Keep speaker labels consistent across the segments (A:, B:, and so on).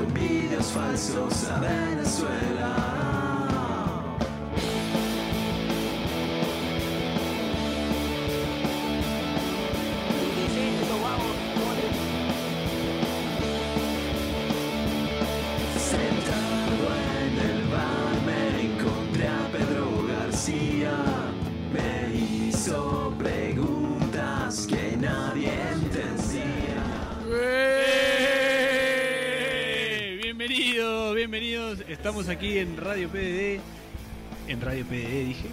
A: amigos falsos a Venezuela. Sentado en el bar me encontré a Pedro García. Me hizo preguntas que nadie entendía.
B: ¡Eh! Bienvenidos, bienvenidos. Estamos aquí en Radio PDD. En Radio PDD dije.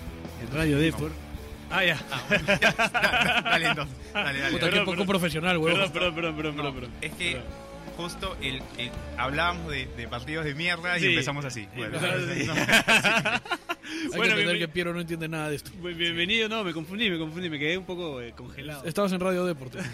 B: En Radio Deport. Ah, ya.
C: Dale, entonces. Dale, dale.
D: Puta,
B: Perdón,
C: dale.
D: qué poco
B: perdón.
D: profesional, huevón.
B: Perdón, perdón, perdón, perdón,
C: No,
B: perdón.
C: es que
B: Perdón.
C: justo el, el- hablábamos de, de partidos de mierda y
B: Sí.
C: empezamos así. Bueno,
B: Empezamos así.
C: no,
D: Hay
B: Bueno,
D: que entender que
B: bienven-
D: Piero no entiende nada de esto.
B: bien- bienvenido, no, me confundí, me confundí, me quedé un poco eh, congelado.
D: Estabas en Radio Deporte.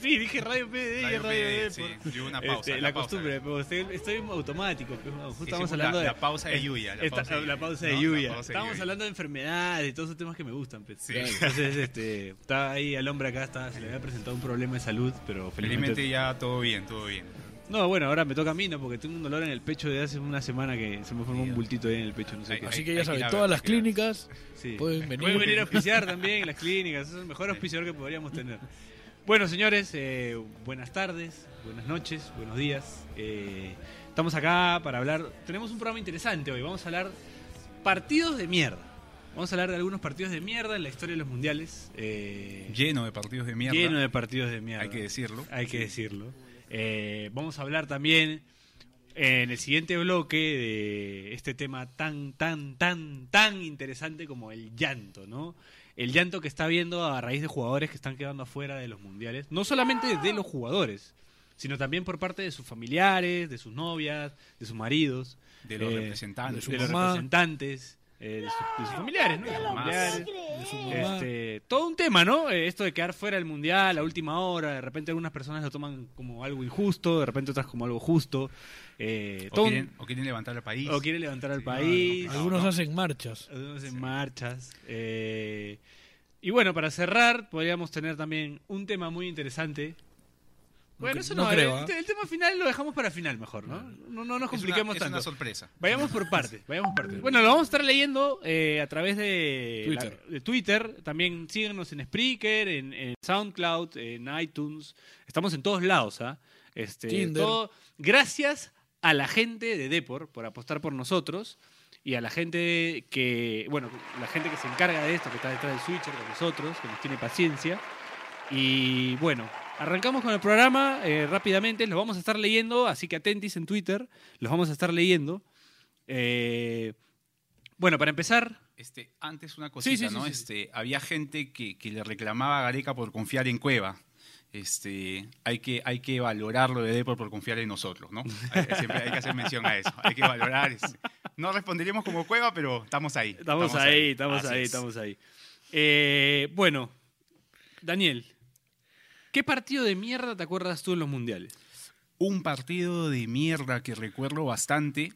B: Sí, dije Radio PDD y
C: Radio
B: Radio
C: PD,
B: Deport.
C: sí, y hubo una pausa,
B: Este,
C: la
B: la,
C: pausa.
B: costumbre, pero estoy, estoy automático. pues, Justo
C: Hicimos
B: estábamos hablando
C: la,
B: de
C: la pausa de lluvia.
B: Esta- La pausa, de
C: ¿no?
B: lluvia.
C: La pausa de
B: Estábamos
C: lluvia.
B: hablando de enfermedades y todos esos temas que me gustan. pues.
C: Sí.
B: Entonces, este, estaba ahí al hombre acá, estaba, se le había presentado un problema de salud, pero felizmente.
C: Felizmente ya todo bien, todo bien.
B: No, bueno, ahora me toca a mí, ¿no? Porque tengo un dolor en el pecho de hace una semana que se me formó un bultito ahí en el pecho, no sé
C: Ay,
B: qué.
C: ay.
D: Así que ya
C: hay que ir
D: sabes,
C: a
D: todas
C: ver,
D: las
C: hay que ir a ver.
D: clínicas
B: Sí.
D: pueden venir.
B: Pueden venir a auspiciar también las clínicas, es el mejor auspiciador que podríamos tener. Bueno, señores, eh, buenas tardes, buenas noches, buenos días. Eh, estamos acá para hablar. Tenemos un programa interesante hoy. Vamos a hablar partidos de mierda. Vamos a hablar de algunos partidos de mierda en la historia de los mundiales. eh,
C: Lleno de partidos de mierda.
B: lleno de partidos de mierda.
C: Hay que decirlo.
B: Hay que decirlo. Eh, vamos a hablar también eh, en el siguiente bloque de este tema tan, tan, tan, tan interesante como el llanto, ¿no? El llanto que está viendo a raíz de jugadores que están quedando afuera de los mundiales. No solamente de los jugadores, sino también por parte de sus familiares, de sus novias, de sus maridos.
C: De los
B: eh,
C: representantes.
B: De,
D: su
B: los
D: mamá.
B: representantes. eh, de, sus, de sus familiares, ¿no? De sus familiares. Este, todo un tema, ¿no? Eh, Esto de quedar fuera del mundial a última hora, de repente algunas personas lo toman como algo injusto, de repente otras como algo justo. Eh,
C: O
B: todo un-
C: quieren, o quieren levantar al país.
B: o quieren levantar al
C: Sí,
B: país,
C: no, no,
D: Algunos
C: no.
D: hacen marchas.
B: algunos en marchas. eh, y bueno, para cerrar, podríamos tener también un tema muy interesante. Bueno,
D: cre-
B: eso
D: no
B: no,
D: creo,
B: el,
D: ¿ah?
B: el tema final lo dejamos para final mejor, ¿no? No, no nos
C: ¿eh? Es una-
B: compliquemos
C: es una,
B: tanto.
C: sorpresa.
B: Vayamos por partes, vayamos por partes. Bueno, lo vamos a estar leyendo eh, a través de
D: Twitter.
B: la- de Twitter. También síguenos en Spreaker, en, en SoundCloud, en iTunes. Estamos en todos lados, ¿ah? Este,
D: Tinder.
B: todo- gracias a la gente de Depor por apostar por nosotros y a la gente que, bueno, la gente que se encarga de esto, que está detrás del switcher con nosotros, que nos tiene paciencia. Y bueno, arrancamos con el programa eh, rápidamente. Los vamos a estar leyendo, así que atentis en Twitter. Los vamos a estar leyendo. Eh, bueno, para empezar,
C: Este, antes una cosita,
D: sí, sí,
C: ¿no?
D: sí.
C: Este, había gente que, que le reclamaba a Gareca por confiar en Cueva. Este, hay, que, hay que valorarlo de Depor por confiar en nosotros, ¿no? Hay, siempre hay que hacer mención a eso. Hay que valorar. este. No responderemos como Cueva, pero estamos ahí.
B: estamos, ahí, estamos
C: Así
B: ahí,
C: es.
B: estamos ahí. Eh, bueno, Daniel, ¿qué partido de mierda te acuerdas tú en los mundiales?
C: Un partido de mierda que recuerdo bastante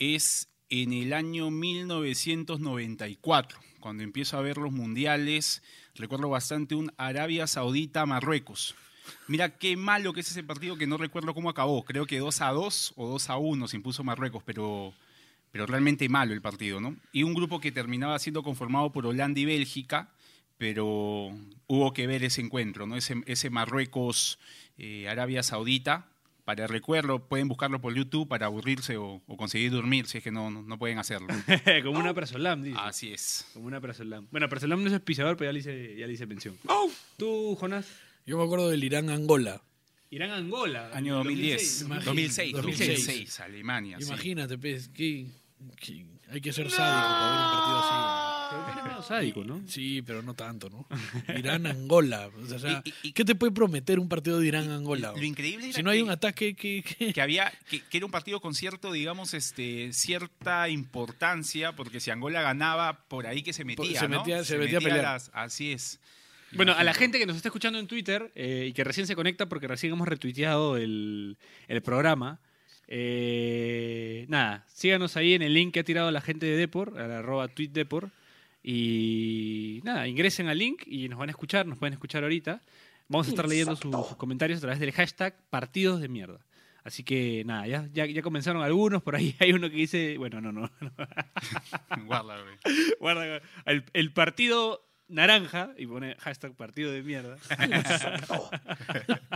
C: es en el año 1994, cuando empiezo a ver los mundiales. Recuerdo bastante un Arabia Saudita-Marruecos. Mira qué malo que es ese partido que no recuerdo cómo acabó. Creo que 2 a 2 o 2 a 1 se impuso Marruecos, pero, pero realmente malo el partido, ¿no? Y un grupo que terminaba siendo conformado por Holanda y Bélgica, pero hubo que ver ese encuentro, ¿no? Ese, ese Marruecos-Arabia Saudita. Para recuerdo, pueden buscarlo por YouTube para aburrirse o, o conseguir dormir si es que no, no, no pueden hacerlo.
B: Como una Prasolam, dice.
C: Así es.
B: Como una Prasolam. Bueno, Prasolam no es pisador, pero ya le hice, ya le hice mención. ¿Tú, Jonás?
D: Yo me acuerdo del Irán-Angola.
B: Irán-Angola.
C: Año 2010.
B: 2006.
C: 2006.
D: 2006.
C: 2006, Alemania. sí.
D: Imagínate, pues, que, que hay que ser sádico para ver un partido así.
B: Pero tú eres medio sádico, ¿no?
D: Sí, pero no tanto, ¿no? Irán-Angola. O sea,
C: Y- y- y-
D: ¿qué te puede prometer un partido de Irán-Angola?
C: Lo increíble era
D: Si no hay
C: que-
D: un ataque, ¿qué? qué?
C: que había que, que era un partido con cierto digamos este cierta importancia porque si Angola ganaba por ahí que se metía
D: se
C: ¿no?
D: metía- se metía a pelear.
C: las- así es
B: Bueno, a la gente que nos está escuchando en Twitter eh, y que recién se conecta porque recién hemos retuiteado el, el programa, eh, nada, síganos ahí en el link que ha tirado la gente de Depor, al arroba tweetdepor, y nada, ingresen al link y nos van a escuchar, nos pueden escuchar ahorita. Vamos a estar leyendo su- sus comentarios a través del hashtag partidos de mierda. Así que nada, ya, ya, ya comenzaron algunos. Por ahí hay uno que dice, bueno, no, no. no.
C: Guarda, güey.
B: Guarda, el, el partido naranja, y pone hashtag partido de mierda.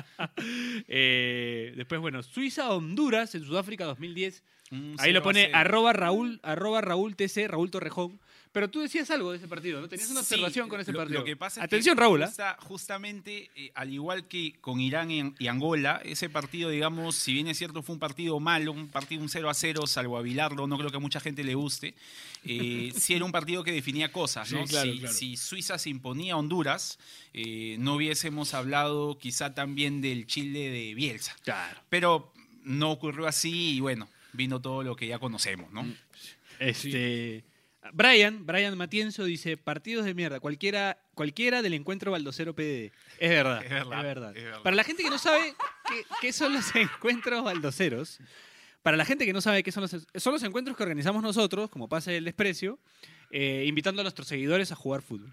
B: Eh, después, bueno, Suiza-Honduras en Sudáfrica 2010.
C: Un
B: Ahí
C: cero a
B: lo pone
C: cero.
B: arroba Raúl, arroba Raúl TC, Raúl Torrejón. Pero tú decías algo de ese partido, ¿no? Tenías una
C: Sí,
B: observación con ese
C: lo-
B: partido.
C: Lo que pasa es
B: Atención,
C: que
B: Raúl. ¿ah?
C: justa- justamente, eh, al igual que con Irán y, y Angola, ese partido, digamos, si bien es cierto, fue un partido malo, un partido un 0 a 0, salvo a Bilardo, no creo que a mucha gente le guste. eh, sí era un partido que definía cosas, ¿no?
D: Sí, claro,
C: si,
D: claro.
C: si Suiza se imponía a Honduras, eh, no hubiésemos hablado quizá también del Chile de Bielsa.
B: Claro.
C: Pero no ocurrió así y bueno, vino todo lo que ya conocemos,
B: Mm.
C: ¿no?
B: Este, Brian, Brian Matienzo dice, partidos de mierda, cualquiera, cualquiera del encuentro Baldocero PD. Es verdad, es
C: Es
B: verdad,
C: verdad, es verdad.
B: Para la gente que no sabe qué, qué son los encuentros baldoceros, para la gente que no sabe qué son los, son los encuentros que organizamos nosotros, como pase del desprecio, eh, invitando a nuestros seguidores a jugar fútbol.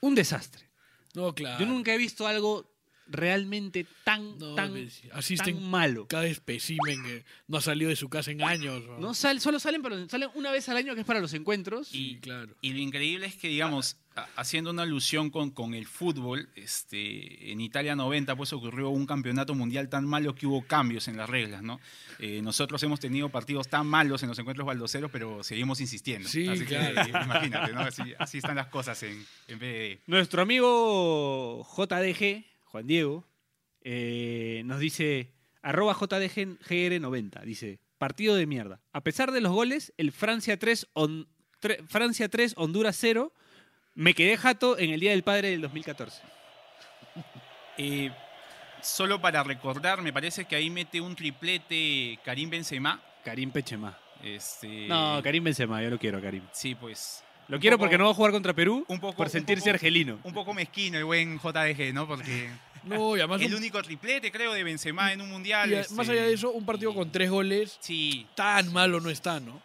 B: Un desastre.
D: No, claro.
B: Yo nunca he visto algo realmente tan,
D: No,
B: tan,
D: ves, asisten
B: tan malo.
D: cada espécimen que no ha salido de su casa en años. ¿no?
B: No sal- solo salen, para los- salen una vez al año que es para los encuentros.
D: Sí, claro.
C: Y lo increíble es que, digamos, a- haciendo una alusión con, con el fútbol, este, en Italia 90 pues ocurrió un campeonato mundial tan malo que hubo cambios en las reglas, ¿no? Eh, nosotros hemos tenido partidos tan malos en los encuentros baldoceros, pero seguimos insistiendo.
D: Sí,
C: así
D: claro.
C: que imagínate, ¿no? Así, así están las cosas en, en BDD.
B: Nuestro amigo JDG, Juan Diego, eh, nos dice, arroba JDGR90, dice, partido de mierda. A pesar de los goles, el Francia 3, Hon- tre- Francia 3 Honduras 0, me quedé jato en el Día del Padre del 2014.
C: Eh, solo para recordar, me parece que ahí mete un triplete Karim Benzema.
B: Karim Pechema.
C: Este,
B: No, Karim Benzema, yo lo quiero, Karim.
C: Sí, pues...
B: Lo
C: un
B: quiero
C: poco-
B: porque no va a jugar contra Perú
C: un poco-
B: por
C: un
B: sentirse
C: poco-
B: argelino.
C: Un poco mezquino el buen JDG, ¿no? Porque...
D: No, y además,
C: El
D: un-
C: único triplete, creo, de Benzema en un mundial.
D: y a-
C: este,
D: más allá de eso, un partido con tres goles
C: Sí.
D: tan malo no está, ¿no?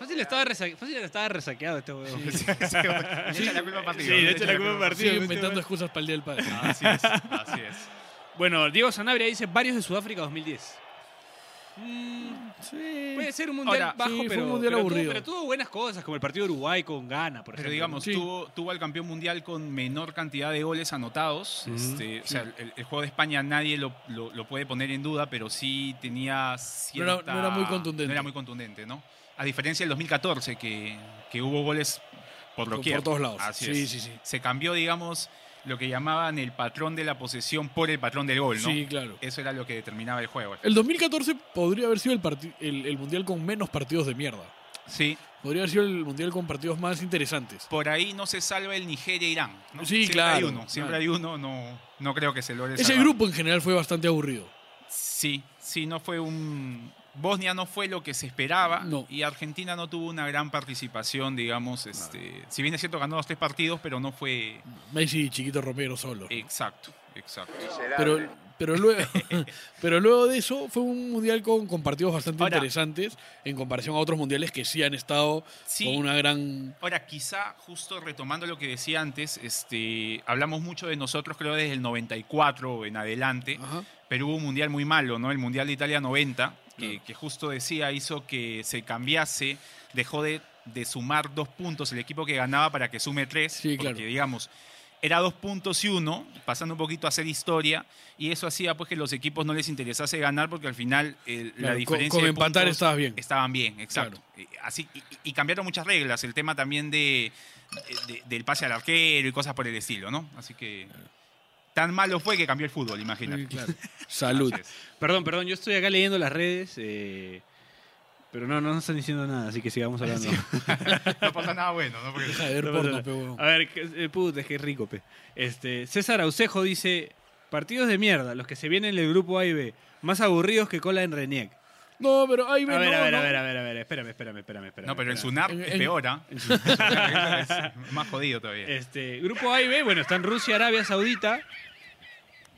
B: Fácil estaba, resa- fácil estaba resaqueado este huevón.
C: Sí, la culpa al partido.
B: Sí, Ah,
C: le
B: le
C: echa
B: echa la culpa al partido.
D: Sí,
B: este
D: inventando
B: bueno.
D: excusas para el día del padre.
C: Así es, así es.
B: Bueno, Diego Sanabria dice varios de Sudáfrica 2010. Mm,
D: Sí.
B: puede ser un mundial
C: Ahora,
B: bajo,
D: sí, fue un
B: pero,
D: mundial
B: pero tuvo,
D: aburrido.
B: pero tuvo buenas cosas, como el partido de Uruguay con Ghana, por
C: Pero
B: ejemplo.
C: digamos,
D: Sí.
C: tuvo, tuvo al campeón mundial con menor cantidad de goles anotados.
B: Ujú,
C: este, O sea, el, el juego de España nadie lo, lo- lo puede poner en duda, pero sí tenía
D: No era-
C: cierta...
D: no era muy contundente.
C: No era muy contundente, ¿no? A diferencia del 2014, que, que hubo goles por lo
D: Por-
C: que
D: por todos lados.
C: Así
D: Sí,
C: es.
D: sí, sí.
C: Se cambió, digamos, lo que llamaban el patrón de la posesión por el patrón del
B: Pues,
C: gol, ¿no?
D: Sí, claro.
C: Eso era lo que determinaba el juego.
D: El 2014 podría haber sido el, parti- el, el mundial con menos partidos de mierda.
C: Sí,
D: Podría haber sido el mundial con partidos más interesantes.
C: por ahí no se salva el Nigeria-Irán. ¿no?
D: Sí,
C: siempre
D: claro,
C: Hay uno, siempre
D: claro.
C: hay uno, no, no creo que se logre
B: Pues,
D: Ese
C: salvar.
D: grupo en general fue bastante aburrido.
C: Sí, sí, no fue un... Bosnia no fue lo que se esperaba
D: No.
C: y Argentina no tuvo una gran participación, digamos. Este, Si bien es cierto, ganó los tres partidos, pero no fue...
D: Messi y Chiquito Romero solo.
C: Exacto, exacto.
D: Pero, pero, luego, pero luego de eso fue un mundial con, con partidos bastante
C: Ahora-
D: interesantes en comparación a otros mundiales que sí han estado
C: Sí.
D: con una gran...
C: Ahora, quizá, justo retomando lo que decía antes, este, hablamos mucho de nosotros, creo, desde el 94 en adelante.
D: Ajá.
C: Perú hubo un mundial muy malo, ¿no? El Mundial de Italia 90, que, que justo decía, hizo que se cambiase, dejó de, de sumar dos puntos el equipo que ganaba para que sume tres,
D: Sí,
C: porque
D: claro.
C: digamos, era dos puntos y uno, pasando un poquito a hacer historia, y eso hacía pues que los equipos no les interesase ganar porque al final el-
D: Claro,
C: la
D: con-
C: diferencia
D: con
C: de
D: empatar
C: puntos
D: estabas bien.
C: Estaban bien, exacto. Eh, Así, y, y- y cambiaron muchas reglas, el tema también de, de- del pase al arquero y cosas por el estilo, ¿no? Así que... Tan malo fue que cambió el fútbol, imagínate.
D: Sí, claro. Salud.
C: Así es.
B: Perdón, perdón, yo estoy acá leyendo las redes, eh, pero no, no nos están diciendo nada, así que sigamos hablando.
C: No pasa nada bueno, ¿no? Porque-
D: Deja de ver
B: No pasa
D: porno,
B: nada.
D: pe, huevón.
B: A ver, que- eh, puta, es que rico, pe. Este, César Ausejo dice, partidos de mierda, los que se vienen del grupo A y B, más aburridos que cola en Reniac.
D: No, pero ahí
B: A
D: ven,
B: ver,
D: no,
B: a ver,
D: no.
B: a ver, a ver, a ver, espérame, espérame, espérame. espérame
C: No, pero en
B: espérame.
C: Sunar
D: En-
C: es
D: en- Eh,
C: peor, ¿ah? En Sunar es más jodido todavía.
B: Este, grupo A y B, bueno, están Rusia, Arabia Saudita,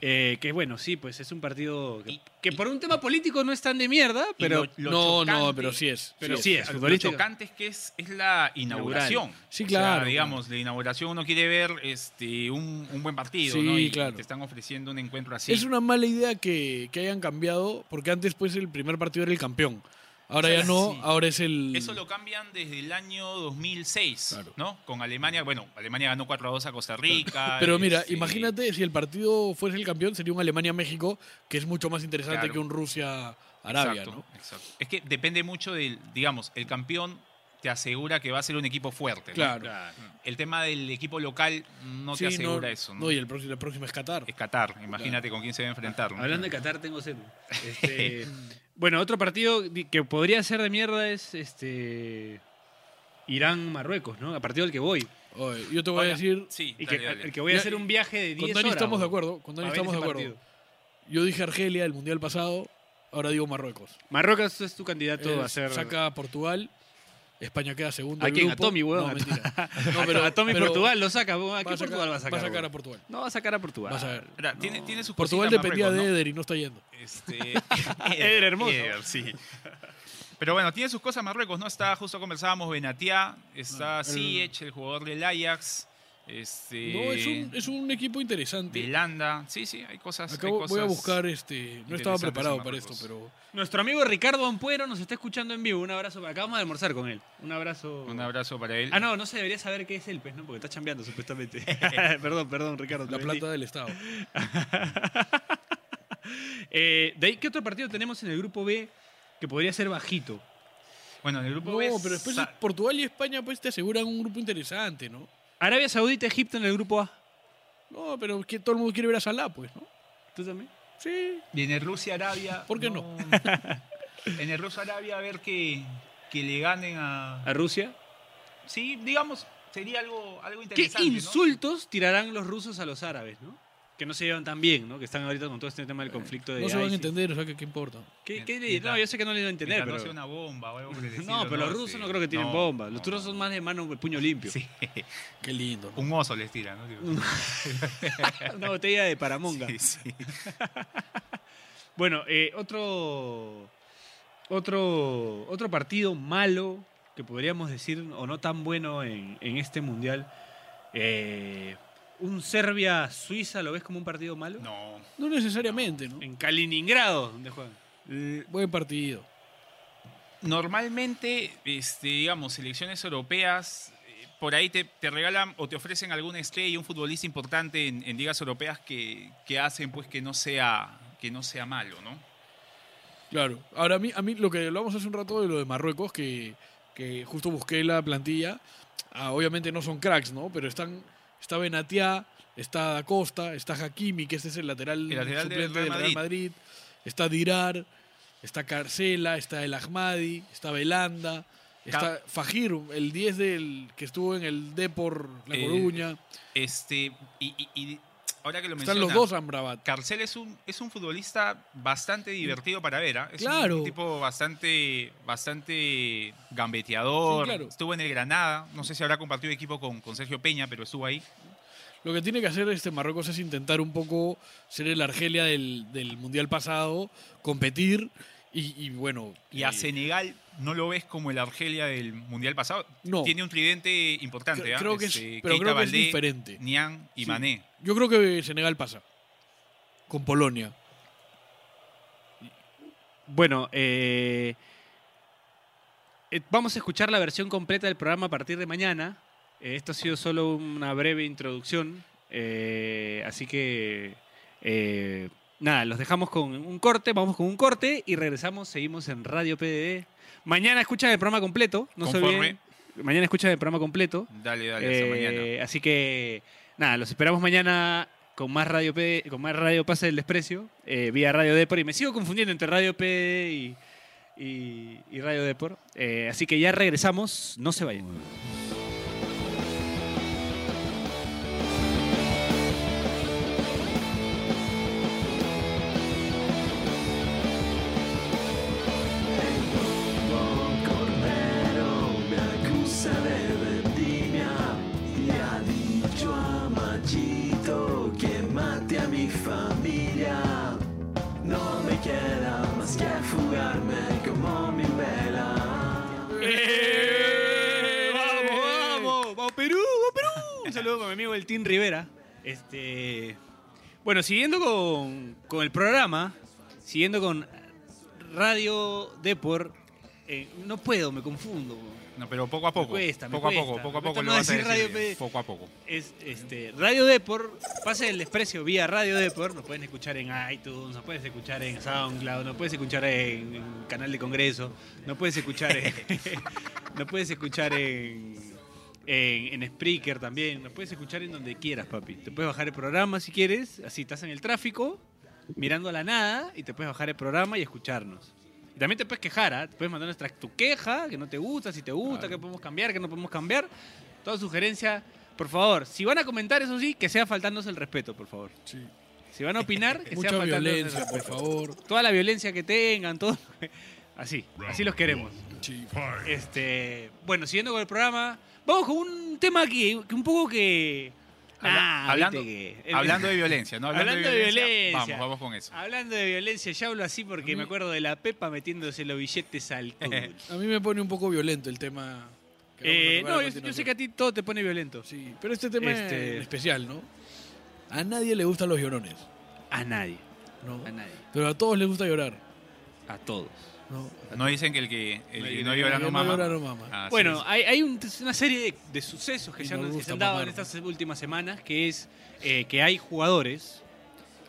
B: Eh, que bueno, sí, pues es un partido que, que por un tema político no es tan de mierda, pero
C: lo-
D: no, no,
C: chocante-
D: pero sí es.
B: Pero
D: es.
B: sí es,
C: Lo
B: futbolística.
C: chocante es que es, es la inauguración.
D: Sí,
C: O sea,
D: claro.
C: digamos, la inauguración uno quiere ver este, un, un buen partido,
D: Sí,
C: ¿no? Y
D: claro.
C: te están ofreciendo un encuentro así.
D: Es una mala idea que, que hayan cambiado, porque antes pues el primer partido era el campeón. Ahora
C: Eso
D: ya
C: es
D: no,
C: así.
D: ahora es el...
C: Eso lo cambian desde el año 2006,
D: Claro.
C: ¿no? Con Alemania, bueno, Alemania ganó 4 a 2 a Costa Rica.
D: Pero mira,
C: este,
D: imagínate si el partido fuese el campeón, sería un Alemania-México, que es mucho más interesante
C: Claro.
D: que un Rusia-Arabia,
C: exacto,
D: ¿no?
C: exacto. Es que depende mucho del, digamos, el campeón te asegura que va a ser un equipo fuerte. ¿no?
D: Claro.
C: El tema del equipo local no
D: Sí,
C: te asegura eso, ¿no? Eh,
D: No, y el próximo, la próxima es Qatar.
C: Es Qatar, imagínate con quién se va a enfrentar. ¿no?
B: Hablando de Qatar, tengo sed. Este, bueno, otro partido di- que podría ser de mierda es este Irán-Marruecos, ¿no? A partido del que voy.
D: Oye, yo te voy
C: Oiga,
D: a decir,
C: Sí,
B: Y que,
C: dale, dale.
B: El que voy a
D: Ya,
B: hacer un viaje de 10
D: con
B: horas.
D: Dani estamos
B: bro,
D: de acuerdo, con Dani
B: para ver
D: estamos de
B: ese
D: acuerdo.
B: partido.
D: Yo dije Argelia el Mundial pasado, ahora digo Marruecos.
B: Marruecos es tu candidato
D: Eh,
B: a ser...
D: Saca a Portugal, España queda segundo
B: ¿A
D: del
B: quién? ¿A
D: grupo.
B: Tommy, huevón?
D: No, mentira.
B: No, pero, a Tommy
D: pero-
B: Portugal lo saca. bro. ¿A
D: Va
B: quién Portugal va a sacar?
D: Va a sacar
B: bro?
D: a Portugal.
B: No, va a sacar a Portugal.
D: Vas a ver.
C: Ahora, tiene, tiene sus
D: Portugal
C: cositas
D: dependía
C: Marruecos,
D: de
C: ¿no?
D: Eder y no está yendo.
C: Este,
B: Eder Hermoso.
C: Eder, sí. Pero bueno, tiene sus cosas Marruecos, ¿no? Está, justo conversábamos, Benatia,
D: Ah,
C: está Ziyech, el jugador del Ajax, este,
D: No, es un, es un equipo interesante.
C: Belanda. Sí, sí, hay cosas. hay
D: Acabo, voy a
C: cosas-
D: buscar este. No estaba
C: interesantes en
D: preparado para esto,
C: Marruecos.
D: pero.
B: Nuestro amigo Ricardo Ampuero nos está escuchando en vivo. Un abrazo. para- Acabamos de almorzar con él. Un abrazo.
C: Un abrazo para él.
B: Ah, no, no se debería saber qué es el pez, ¿no? Porque está chambeando, supuestamente. perdón, perdón, Ricardo. te
D: La
B: mentí.
D: plata del Estado.
B: Eh, de ahí, ¿qué otro partido tenemos en el grupo B que podría ser bajito?
C: Bueno, en el grupo
D: No,
C: B
D: pero después
C: sa-
D: Portugal y España pues te aseguran un grupo interesante, ¿no?
B: Arabia Saudita, Egipto en el grupo A.
D: No, pero que todo el mundo quiere ver a Salah, pues, ¿no?
B: ¿Tú también?
D: Sí.
C: viene Rusia-Arabia.
D: ¿Por qué
C: en el Rusia-Arabia, a ver que, que le ganen a...
B: ¿A Rusia?
C: Sí, digamos, sería algo, algo
B: ¿Qué
C: interesante. ¿no?
B: insultos tirarán los rusos a los árabes, no? Que no se llevan tan bien, ¿no? Que están ahorita con todo este
C: Eh,
B: tema del conflicto de
D: No se van a
B: ISIS.
D: entender, o sea, que qué importa.
B: ¿Qué, qué le- No, yo sé que no le van a entender,
C: Mientras
B: pero...
C: no sea una bomba o algo por el estilo,
B: No, pero los rusos
C: Este,
B: no creo que tienen
C: no,
B: bombas. Los
C: no,
B: rusos
C: no.
B: son más de mano, puño limpio.
C: Sí,
D: Qué lindo. ¿no?
C: un oso les tira, ¿no? Tipo,
B: Una botella de paramonga.
C: sí, sí.
B: Bueno, eh, otro, otro, otro partido malo que podríamos decir, o no tan bueno en, en este mundial. Eh, ¿Un Serbia-Suiza lo ves como un partido malo?
C: No.
D: No necesariamente, ¿no?
B: En Kaliningrado, donde juegan. Eh,
D: Buen partido.
C: Normalmente, este, digamos, selecciones europeas, eh, por ahí te, te regalan o te ofrecen alguna estrella y un futbolista importante en, en ligas europeas que, que hacen pues que no sea que no sea malo, ¿no?
D: Claro. Ahora, a mí, a mí lo que hablamos hace un rato de lo de Marruecos, que, que justo busqué la plantilla, ah, obviamente no son cracks, ¿no? Pero están, está Benatia, está Da Costa, está Hakimi, que este es el lateral,
C: El lateral del
D: suplente del
C: Real
D: Real, Madrid, está Dirar, está Carcela, está El Ahmadi, está Belanda, está Fajir, el 10 del que estuvo en el Depor La
C: Eh,
D: Coruña.
C: Este, y, y- y ahora que lo
D: Están los
C: mencionas,
D: dos Amrabat.
C: Carcel es un, es un futbolista bastante divertido para ver, ¿ah? Es un-
D: Claro.
C: un tipo bastante, bastante gambeteador.
D: Sí, claro.
C: Estuvo en el Granada, no sé si habrá compartido equipo con, con Sergio Peña, pero estuvo ahí.
D: Lo que tiene que hacer este Marruecos es intentar un poco ser el Argelia del, del Mundial pasado, competir y, y bueno.
C: Y a
D: eh,
C: Senegal no lo ves como el Argelia del Mundial pasado.
D: No.
C: Tiene un tridente importante,
D: Cre-
C: ¿ah?
D: creo que es-
C: Este,
D: pero
C: Keita
D: creo que es
C: Baldé,
D: diferente.
C: Niang y
D: Sí.
C: Mané.
D: Yo creo que Senegal pasa. Con Polonia.
B: Bueno, eh, eh, vamos a escuchar la versión completa del programa a partir de mañana. Eh, esto ha sido solo una breve introducción, eh, así que eh, nada, los dejamos con un corte, vamos con un corte y regresamos, seguimos en Radio PDD. Mañana escuchan el programa completo, no se
C: Conforme.
B: olviden. Mañana escuchan el programa completo.
C: Dale, dale, hasta mañana.
B: Eh, Así que nada, los esperamos mañana con más radio P- con más radio pase del desprecio eh, vía radio Depor y me sigo confundiendo entre radio P y, y- y radio Depor. Eh, así que ya regresamos, no se vayan.
A: Cordero me acusa de vendimia y ha dicho a Machito que mate a mi familia. quemarme como mi vela.
B: Eh, ¡Vamos, vamos! ¡Vamos Perú, vamos Perú! Un saludo con mi amigo el Team Rivera. Este, bueno, siguiendo con, con el programa, siguiendo con Radio Depor, eh, no puedo, me confundo.
C: No, pero poco a poco.
B: cuesta, me
C: poco a
B: cuesta.
C: poco, poco a
B: Me
C: poco
B: cuesta
C: lo
B: más
C: vas a
B: decir
C: decir.
B: radio, pe.
C: Poco a poco.
B: Es este, Radio Depor, pase el desprecio vía Radio Depor, nos pueden escuchar en iTunes, nos puedes escuchar en SoundCloud, nos puedes escuchar en, en Canal de Congreso, nos puedes escuchar en, nos puedes escuchar en, en, en Spreaker también, nos puedes escuchar en donde quieras, papi. Te puedes bajar el programa si quieres, así estás en el tráfico, mirando a la nada, y te puedes bajar el programa y escucharnos. Y también te puedes quejar, ¿ah? te puedes mandar nuestra, tu queja, que no te gusta, si te gusta, que podemos cambiar, que no podemos cambiar. Toda sugerencia, por favor, si van a comentar, eso sí, que sea faltándose el respeto, por favor.
D: Sí.
B: Si van a opinar, que sea
D: Mucha
B: faltándose
D: violencia,
B: el
D: por
B: respeto.
D: favor.
C: pues.
B: Toda la violencia que tengan, todo. Así, así los queremos.
D: Sí.
B: Este, bueno, siguiendo con el programa, vamos con un tema que, que un poco que.
C: Habla-
B: Ah,
C: hablando,
B: viste que- el-
C: hablando de violencia, ¿no? Hablando,
B: Hablando de
C: de, violencia,
B: violencia.
C: Vamos, vamos con eso.
B: hablando de violencia, ya hablo así porque me acuerdo de la Pepa metiéndose los billetes al túnel.
D: A mí me pone un poco violento el tema. que vamos a
B: Eh,
D: tocar
B: no,
D: a
B: yo, yo sé que a ti todo te pone violento.
D: continuación. Sí, pero este tema
B: Este-
D: es especial, ¿no? A nadie le gustan los llorones,
B: A nadie,
D: ¿no?
B: a nadie,
D: Pero a todos les gusta llorar,
B: a todos.
D: ¿no?
C: No dicen que el que, el que no
B: El
C: llora
D: que
C: no
D: no
C: mama. Ah,
D: llora no mama.
C: Así
B: bueno,
C: es.
B: hay, hay un- una serie de, de sucesos que
D: Y
B: se
D: nos
B: han, que
D: gusta
B: se han dado en
D: mamar.
B: estas últimas semanas, que es eh, que hay jugadores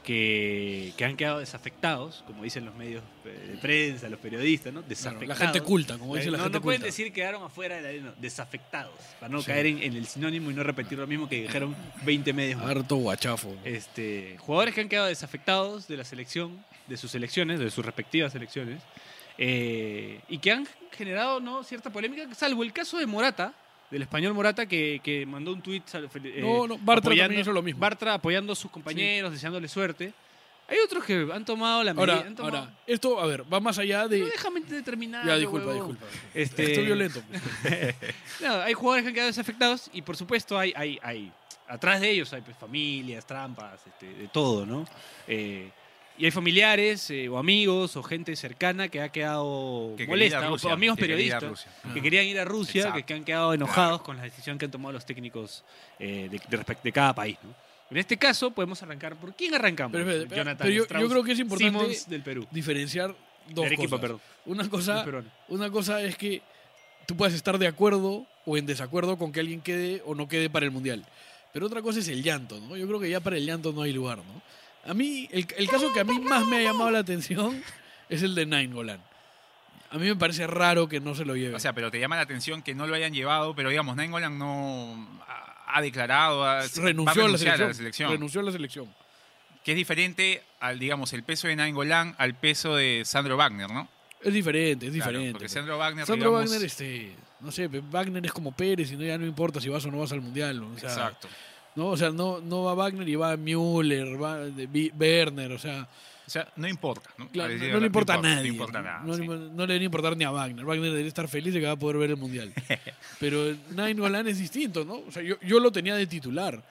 B: que, que han quedado desafectados, como dicen los medios eh, de prensa, los periodistas, ¿no?
D: Claro,
B: Desafectados.
D: la gente culta, como dice la
B: Eh, no,
D: gente
B: no pueden
D: culta.
B: decir quedaron afuera de la ley, no, desafectados, para no
D: Sí.
B: caer en, en el sinónimo y no repetir lo mismo que dijeron 20 medios. más.
D: Harto guachafo.
B: Este, jugadores que han quedado desafectados de la selección, de sus selecciones, de sus respectivas selecciones, eh, y que han generado ¿no? cierta polémica, salvo el caso de Morata, del español Morata, que, que mandó un tuit sal- fel- eh,
D: No, no, Bartra
B: apoyando-
D: también hizo lo mismo.
B: Bartra apoyando a sus compañeros, deseándole suerte. Hay otros que han tomado la medida.
D: Ahora,
B: han tomado-
D: ahora, esto, a ver, va más allá
B: No,
D: de...
B: déjame terminar.
D: Ya, disculpa,
B: huevón.
D: disculpa.
B: Este-
D: Estoy violento. pues.
B: No, hay jugadores que han quedado desafectados y por supuesto hay, hay, hay atrás de ellos hay pues, familias, trampas, este, de todo, ¿no? Eh, y hay familiares eh, o amigos o gente cercana que ha quedado
C: Que quería ir
B: molesta,
C: a
B: o-
C: Rusia,
B: o amigos
C: que quería ir a
B: periodistas
C: Rusia.
B: que querían ir a Rusia, que,
C: Exacto.
B: que han quedado enojados con la decisión que han tomado los técnicos eh, de, de respect- de cada país, ¿no? En este caso podemos arrancar. ¿Por quién arrancamos?
D: Pero, espérate, espérate,
B: Jonathan
D: pero yo- yo
B: Strauss
D: creo que es importante
B: Simons del Perú.
D: Diferenciar dos
B: Del equipo,
D: cosas.
B: perdón.
D: Una
B: Del
D: cosa,
B: peruano.
D: una cosa es que tú puedes estar de acuerdo o en desacuerdo con que alguien quede o no quede para el Mundial. Pero otra cosa es el llanto, ¿no? Yo creo que ya para el llanto no hay lugar, ¿no? A mí, el, el caso que a mí más me ha llamado la atención es el de Nainggolan. A mí me parece raro que no se lo lleve.
C: O sea, pero te llama la atención que no lo hayan llevado, pero digamos, Nainggolan no ha ha declarado, ha- Este, va a
D: renunció a, la
C: renunciar
D: selección,
C: a la selección.
D: Renunció a la selección.
C: que es diferente al, digamos, el peso de Nainggolan al peso de Sandro Wagner, ¿no?
D: Es diferente, es
C: Claro,
D: diferente.
C: porque
D: pues.
C: Sandro Wagner,
D: Sandro
C: digamos,
D: Wagner, este, no sé, pe- Wagner es como Pérez y no, ya no importa si vas o no vas al mundial. ¿no? O sea,
C: Exacto.
D: No, o sea, no, no va Wagner y va Müller, va de- Vi- Werner, o sea,
C: O sea, no importa. No,
D: claro,
C: Parece-
D: no, no le importa a nadie.
C: No importa nada.
D: No,
C: sí.
D: le- no le debería importar ni a Wagner. Wagner debería estar feliz de que va a poder ver el mundial. Pero Nainggolan es distinto, ¿no? O sea, yo, yo lo tenía de titular.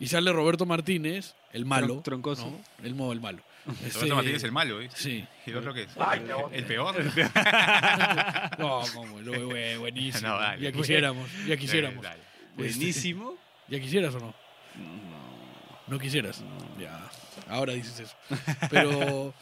D: Y sale Roberto Martínez, el malo.
B: Tron- troncoso.
D: ¿no? El, mo- el malo.
C: Roberto
D: Este,
C: Martínez es el malo, ¿eh?
D: Sí.
C: ¿Y el otro qué es? ¿El peor?
D: No, como, lo- güey, buenísimo.
C: No, dale,
D: ya
C: güey.
D: quisiéramos, ya quisiéramos. Este,
C: Dale, dale.
B: Buenísimo.
D: ¿Ya quisieras o no? No quisieras. Ya. Ahora dices eso. Pero,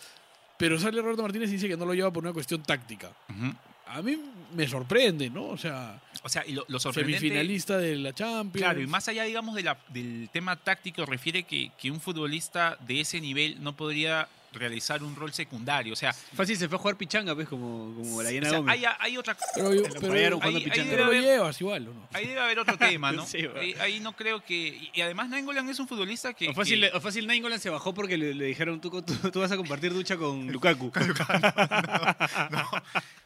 D: pero sale Roberto Martínez y dice que no lo lleva por una cuestión táctica.
C: Ujú.
D: A mí me sorprende, ¿no? O sea,
C: O sea, y lo, lo sorprendente
D: semifinalista de la Champions.
C: Claro, y más allá, digamos, de la- del tema táctico, refiere que, que un futbolista de ese nivel no podría realizar un rol secundario. O sea,
B: Fácil se fue a jugar pichanga, pues, como, como la
C: o
B: llena
C: sea,
B: Gómez.
C: hay, hay otra
D: Pero, yo-
B: Se lo
D: pero-
B: fallaron jugando
C: ahí- ahí
B: pichanga.
D: pero lo
C: debe haber-
D: llevas igual, ¿o no?
C: ahí debe haber otro tema, ¿no?
B: Sí, va.
C: ahí, ahí no creo que... y- Y además Nainggolan es un futbolista que...
B: O fácil,
C: que-
B: o fácil Nainggolan se bajó porque le, le dijeron tú, tú, tú vas a compartir ducha con Lukaku.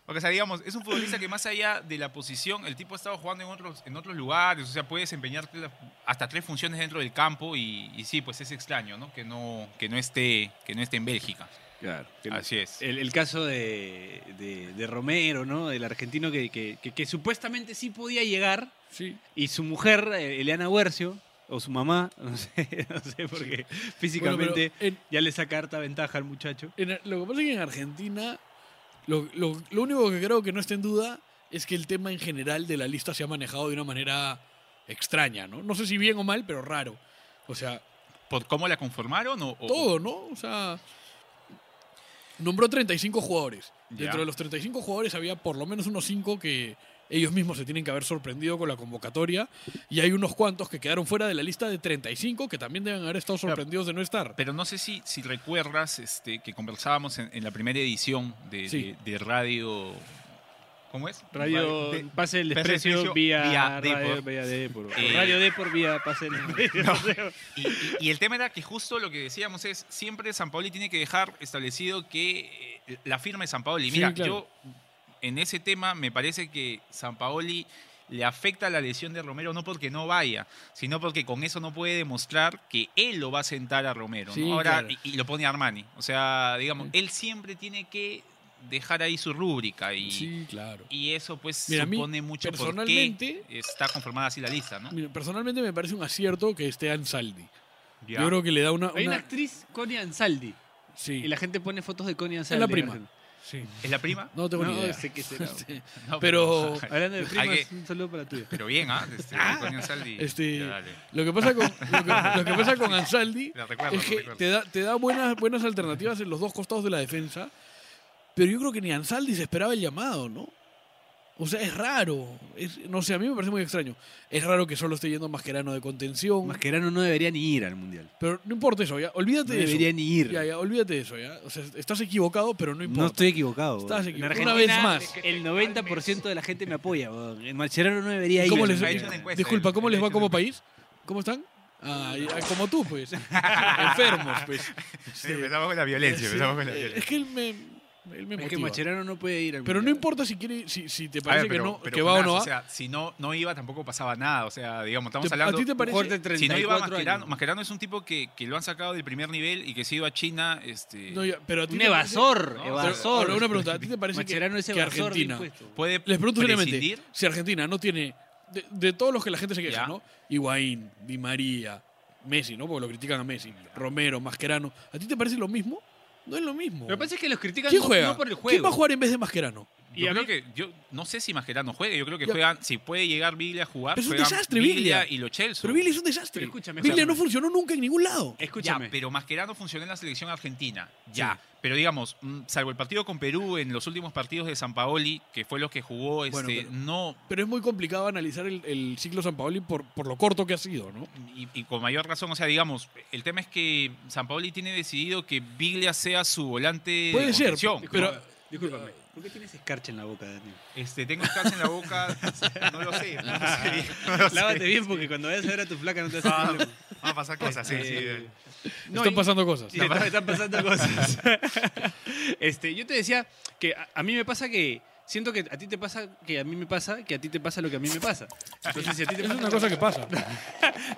C: Porque, o sea, digamos, es un futbolista que más allá de la posición, el tipo ha estado jugando en otros, en otros lugares, o sea, puede desempeñar la- hasta tres funciones dentro del campo y, y sí, pues es extraño, ¿no? Que no, que no, esté, que no esté en Bélgica.
B: Claro.
C: Así es.
B: El, el caso de, de- de Romero, ¿no? El argentino que, que- que- que supuestamente sí podía llegar
D: Sí.
B: y su mujer, eh, Eliana Huercio, o su mamá, no sé, no sé porque físicamente
D: Bueno, pero en-
B: ya le saca harta ventaja al muchacho.
D: en- lo que pasa es que en Argentina Lo, lo- lo único que creo que no está en duda es que el tema en general de la lista se ha manejado de una manera extraña, ¿no? No sé si bien o mal, pero raro. O sea,
C: ¿Por cómo la conformaron? O, o-
D: todo, ¿no? O sea, nombró 35 jugadores.
C: Ya.
D: Dentro de los 35 jugadores había por lo menos unos 5 que ellos mismos se tienen que haber sorprendido con la convocatoria y hay unos cuantos que quedaron fuera de la lista de 35 que también deben haber estado
C: Claro.
D: sorprendidos de no estar.
C: Pero no sé si, si recuerdas este, que conversábamos en, en la primera edición de,
D: Sí.
C: de- de Radio. ¿Cómo es?
B: Radio Pase
C: de-
B: del
C: Pase del
B: Desprecio
C: Desprecio
B: vía,
C: vía
B: radio,
C: Depor.
B: vía Depor. O
C: Eh.
B: Radio Depor vía Pase del Desprecio.
C: Y, y- y el tema era que justo lo que decíamos es, siempre San Paoli tiene que dejar establecido que eh, la firma de San Paoli.
D: Sí,
C: Mira,
D: claro.
C: yo en ese tema me parece que San Paoli le afecta la lesión de Romero no porque no vaya, sino porque con eso no puede demostrar que él lo va a sentar a Romero. ¿no?
D: Sí,
C: Ahora,
D: claro.
C: y, y lo pone a Armani. O sea, digamos, él siempre tiene que dejar ahí su rúbrica y...
D: Sí, claro.
C: y eso pues
D: Mira, a mí,
C: supone mucho por qué
D: personalmente-
C: está conformada así la lista, ¿no?
D: Mira, personalmente me parece un acierto que esté Ansaldi.
C: Ya.
D: Yo creo que le da una...
B: Hay una
D: una-
B: actriz, Connie Ansaldi.
D: sí.
B: Y la gente pone fotos de Connie
D: la
B: Ansaldi.
D: prima.
B: gente.
D: Sí.
C: ¿Es la prima?
D: No tengo
B: No,
D: ni idea.
B: sé qué será.
C: No,
D: Pero-
B: Hablando de primas,
C: Hay que-
B: un saludo para tuyo.
C: Pero bien, ¿ah? Este, Antonio Ansaldi.
D: Este,
C: Ya, dale.
D: lo que pasa con, lo que, lo que pasa con Ansaldi
C: La recuerdo,
D: es
C: la
D: que
C: recuerdo.
D: te da, te da buenas, buenas alternativas en los dos costados de la defensa, pero yo creo que ni Ansaldi se esperaba el llamado, ¿no? O sea, es raro. es- no sé, a mí me parece muy extraño. Es raro que solo esté yendo Mascherano de contención.
B: Mascherano no debería ni ir al mundial.
D: pero no importa eso, ya. Olvídate
B: No
D: de eso.
B: debería ni ir.
D: Ya, ya, olvídate de eso, ya. O sea, estás equivocado, pero no importa.
B: No estoy equivocado.
D: Estás
B: weón.
D: equivocado.
B: En
D: Una
B: Argentina,
D: vez más.
B: El 90% de la gente me apoya. weón. En Mascherano no debería
D: ¿Y
B: ir.
D: cómo
B: al
D: les,
C: me ha
B: mundial.
C: hecho una encuesta,
D: disculpa,
C: Pues, el-
D: ¿cómo
C: el
D: les va
C: hecho
D: como
C: una
D: país? ¿Cómo están? Ah, ya, como tú, pues. Enfermos, pues.
C: Sí, empezamos con la violencia,
D: Sí.
C: empezamos con la
D: Eh,
C: violencia.
D: Es que él me, él me
B: Es que
D: motiva.
B: Mascherano no puede ir al
D: Pero no
B: mundial.
D: importa si quiere, si, si te
C: A
D: parece
C: ver, pero-
D: que no,
C: pero
D: que va o no
C: Jonás,
D: va.
C: O sea, si no, no iba tampoco pasaba nada. O sea, digamos, estamos
D: ¿Te-
C: hablando...
D: ¿A ti te
B: Un jugador
D: parece?
B: de 34
C: Si no iba
B: años.
C: Mascherano, Mascherano es un tipo que, que lo han sacado del primer nivel y que se ha ido a China, este,
D: No, ya, pero a ti
B: Un
D: te parece-
B: evasor.
C: No,
D: pero-
B: evasor.
D: ahora una pregunta, ¿a ti te parece que,
B: Mascherano es
D: que
B: evasor de
D: Argentina?
B: impuestos.
C: puede
D: Les pregunto
C: prescindir.
D: seriamente, si Argentina no tiene de, de todos los que la gente se queja,
C: Ya.
D: ¿no? Higuaín, Di María, Messi, ¿no? Porque lo critican a Messi, Romero, Mascherano. ¿A ti te parece lo mismo? No es lo mismo.
B: Lo que pasa es que los critican
D: ¿Quién
B: no-
D: juega?
B: no por el juego.
D: ¿Quién va a jugar en vez de Mascherano?
B: Y
C: yo
B: a
C: creo
B: mí-
C: que yo no sé si Mascherano juegue, yo creo que
D: Ya.
C: juegan, si puede llegar Biglia a jugar,
D: Pero es un
C: juegan
D: desastre, Biglia.
C: y lo Chelsea.
D: Pero Billy es un desastre.
B: Pero escúchame,
D: Biglia
B: escúchame.
D: no funcionó nunca en ningún lado.
B: Escúchame.
C: Ya, pero Mascherano funcionó en la selección argentina. Ya. Pero digamos, mm, salvo el partido con Perú en los últimos partidos de San Paoli, que fue los que jugó, este,
D: Bueno, pero-
C: no.
D: Pero es muy complicado analizar el, el ciclo San Paoli por, por lo corto que ha sido, ¿no?
C: Y, y con mayor razón, o sea, digamos, el tema es que San Paoli tiene decidido que Biglia sea su volante
D: Puede
C: de
D: ser,
C: contención.
D: pero-
B: Disculpa, discúlpame. ¿Por qué tienes escarcha en la boca, Daniel?
C: Este, tengo escarcha en la boca, no lo sé. No sé, no lo sé.
B: Lávate bien porque cuando vayas a ver a tu flaca no te hace
C: Ah,
B: problema.
C: Van a pasar cosas, sí, sí.
B: Eh, No,
D: Están
B: y-
D: pasando cosas.
B: Sí, está- están pasando cosas. este, yo te decía que a, a mí me pasa que siento que a ti te pasa que a mí me pasa que a ti te pasa lo que a mí me pasa. Entonces, si a ti te
D: Es
B: pasa
D: una cosa que pasa.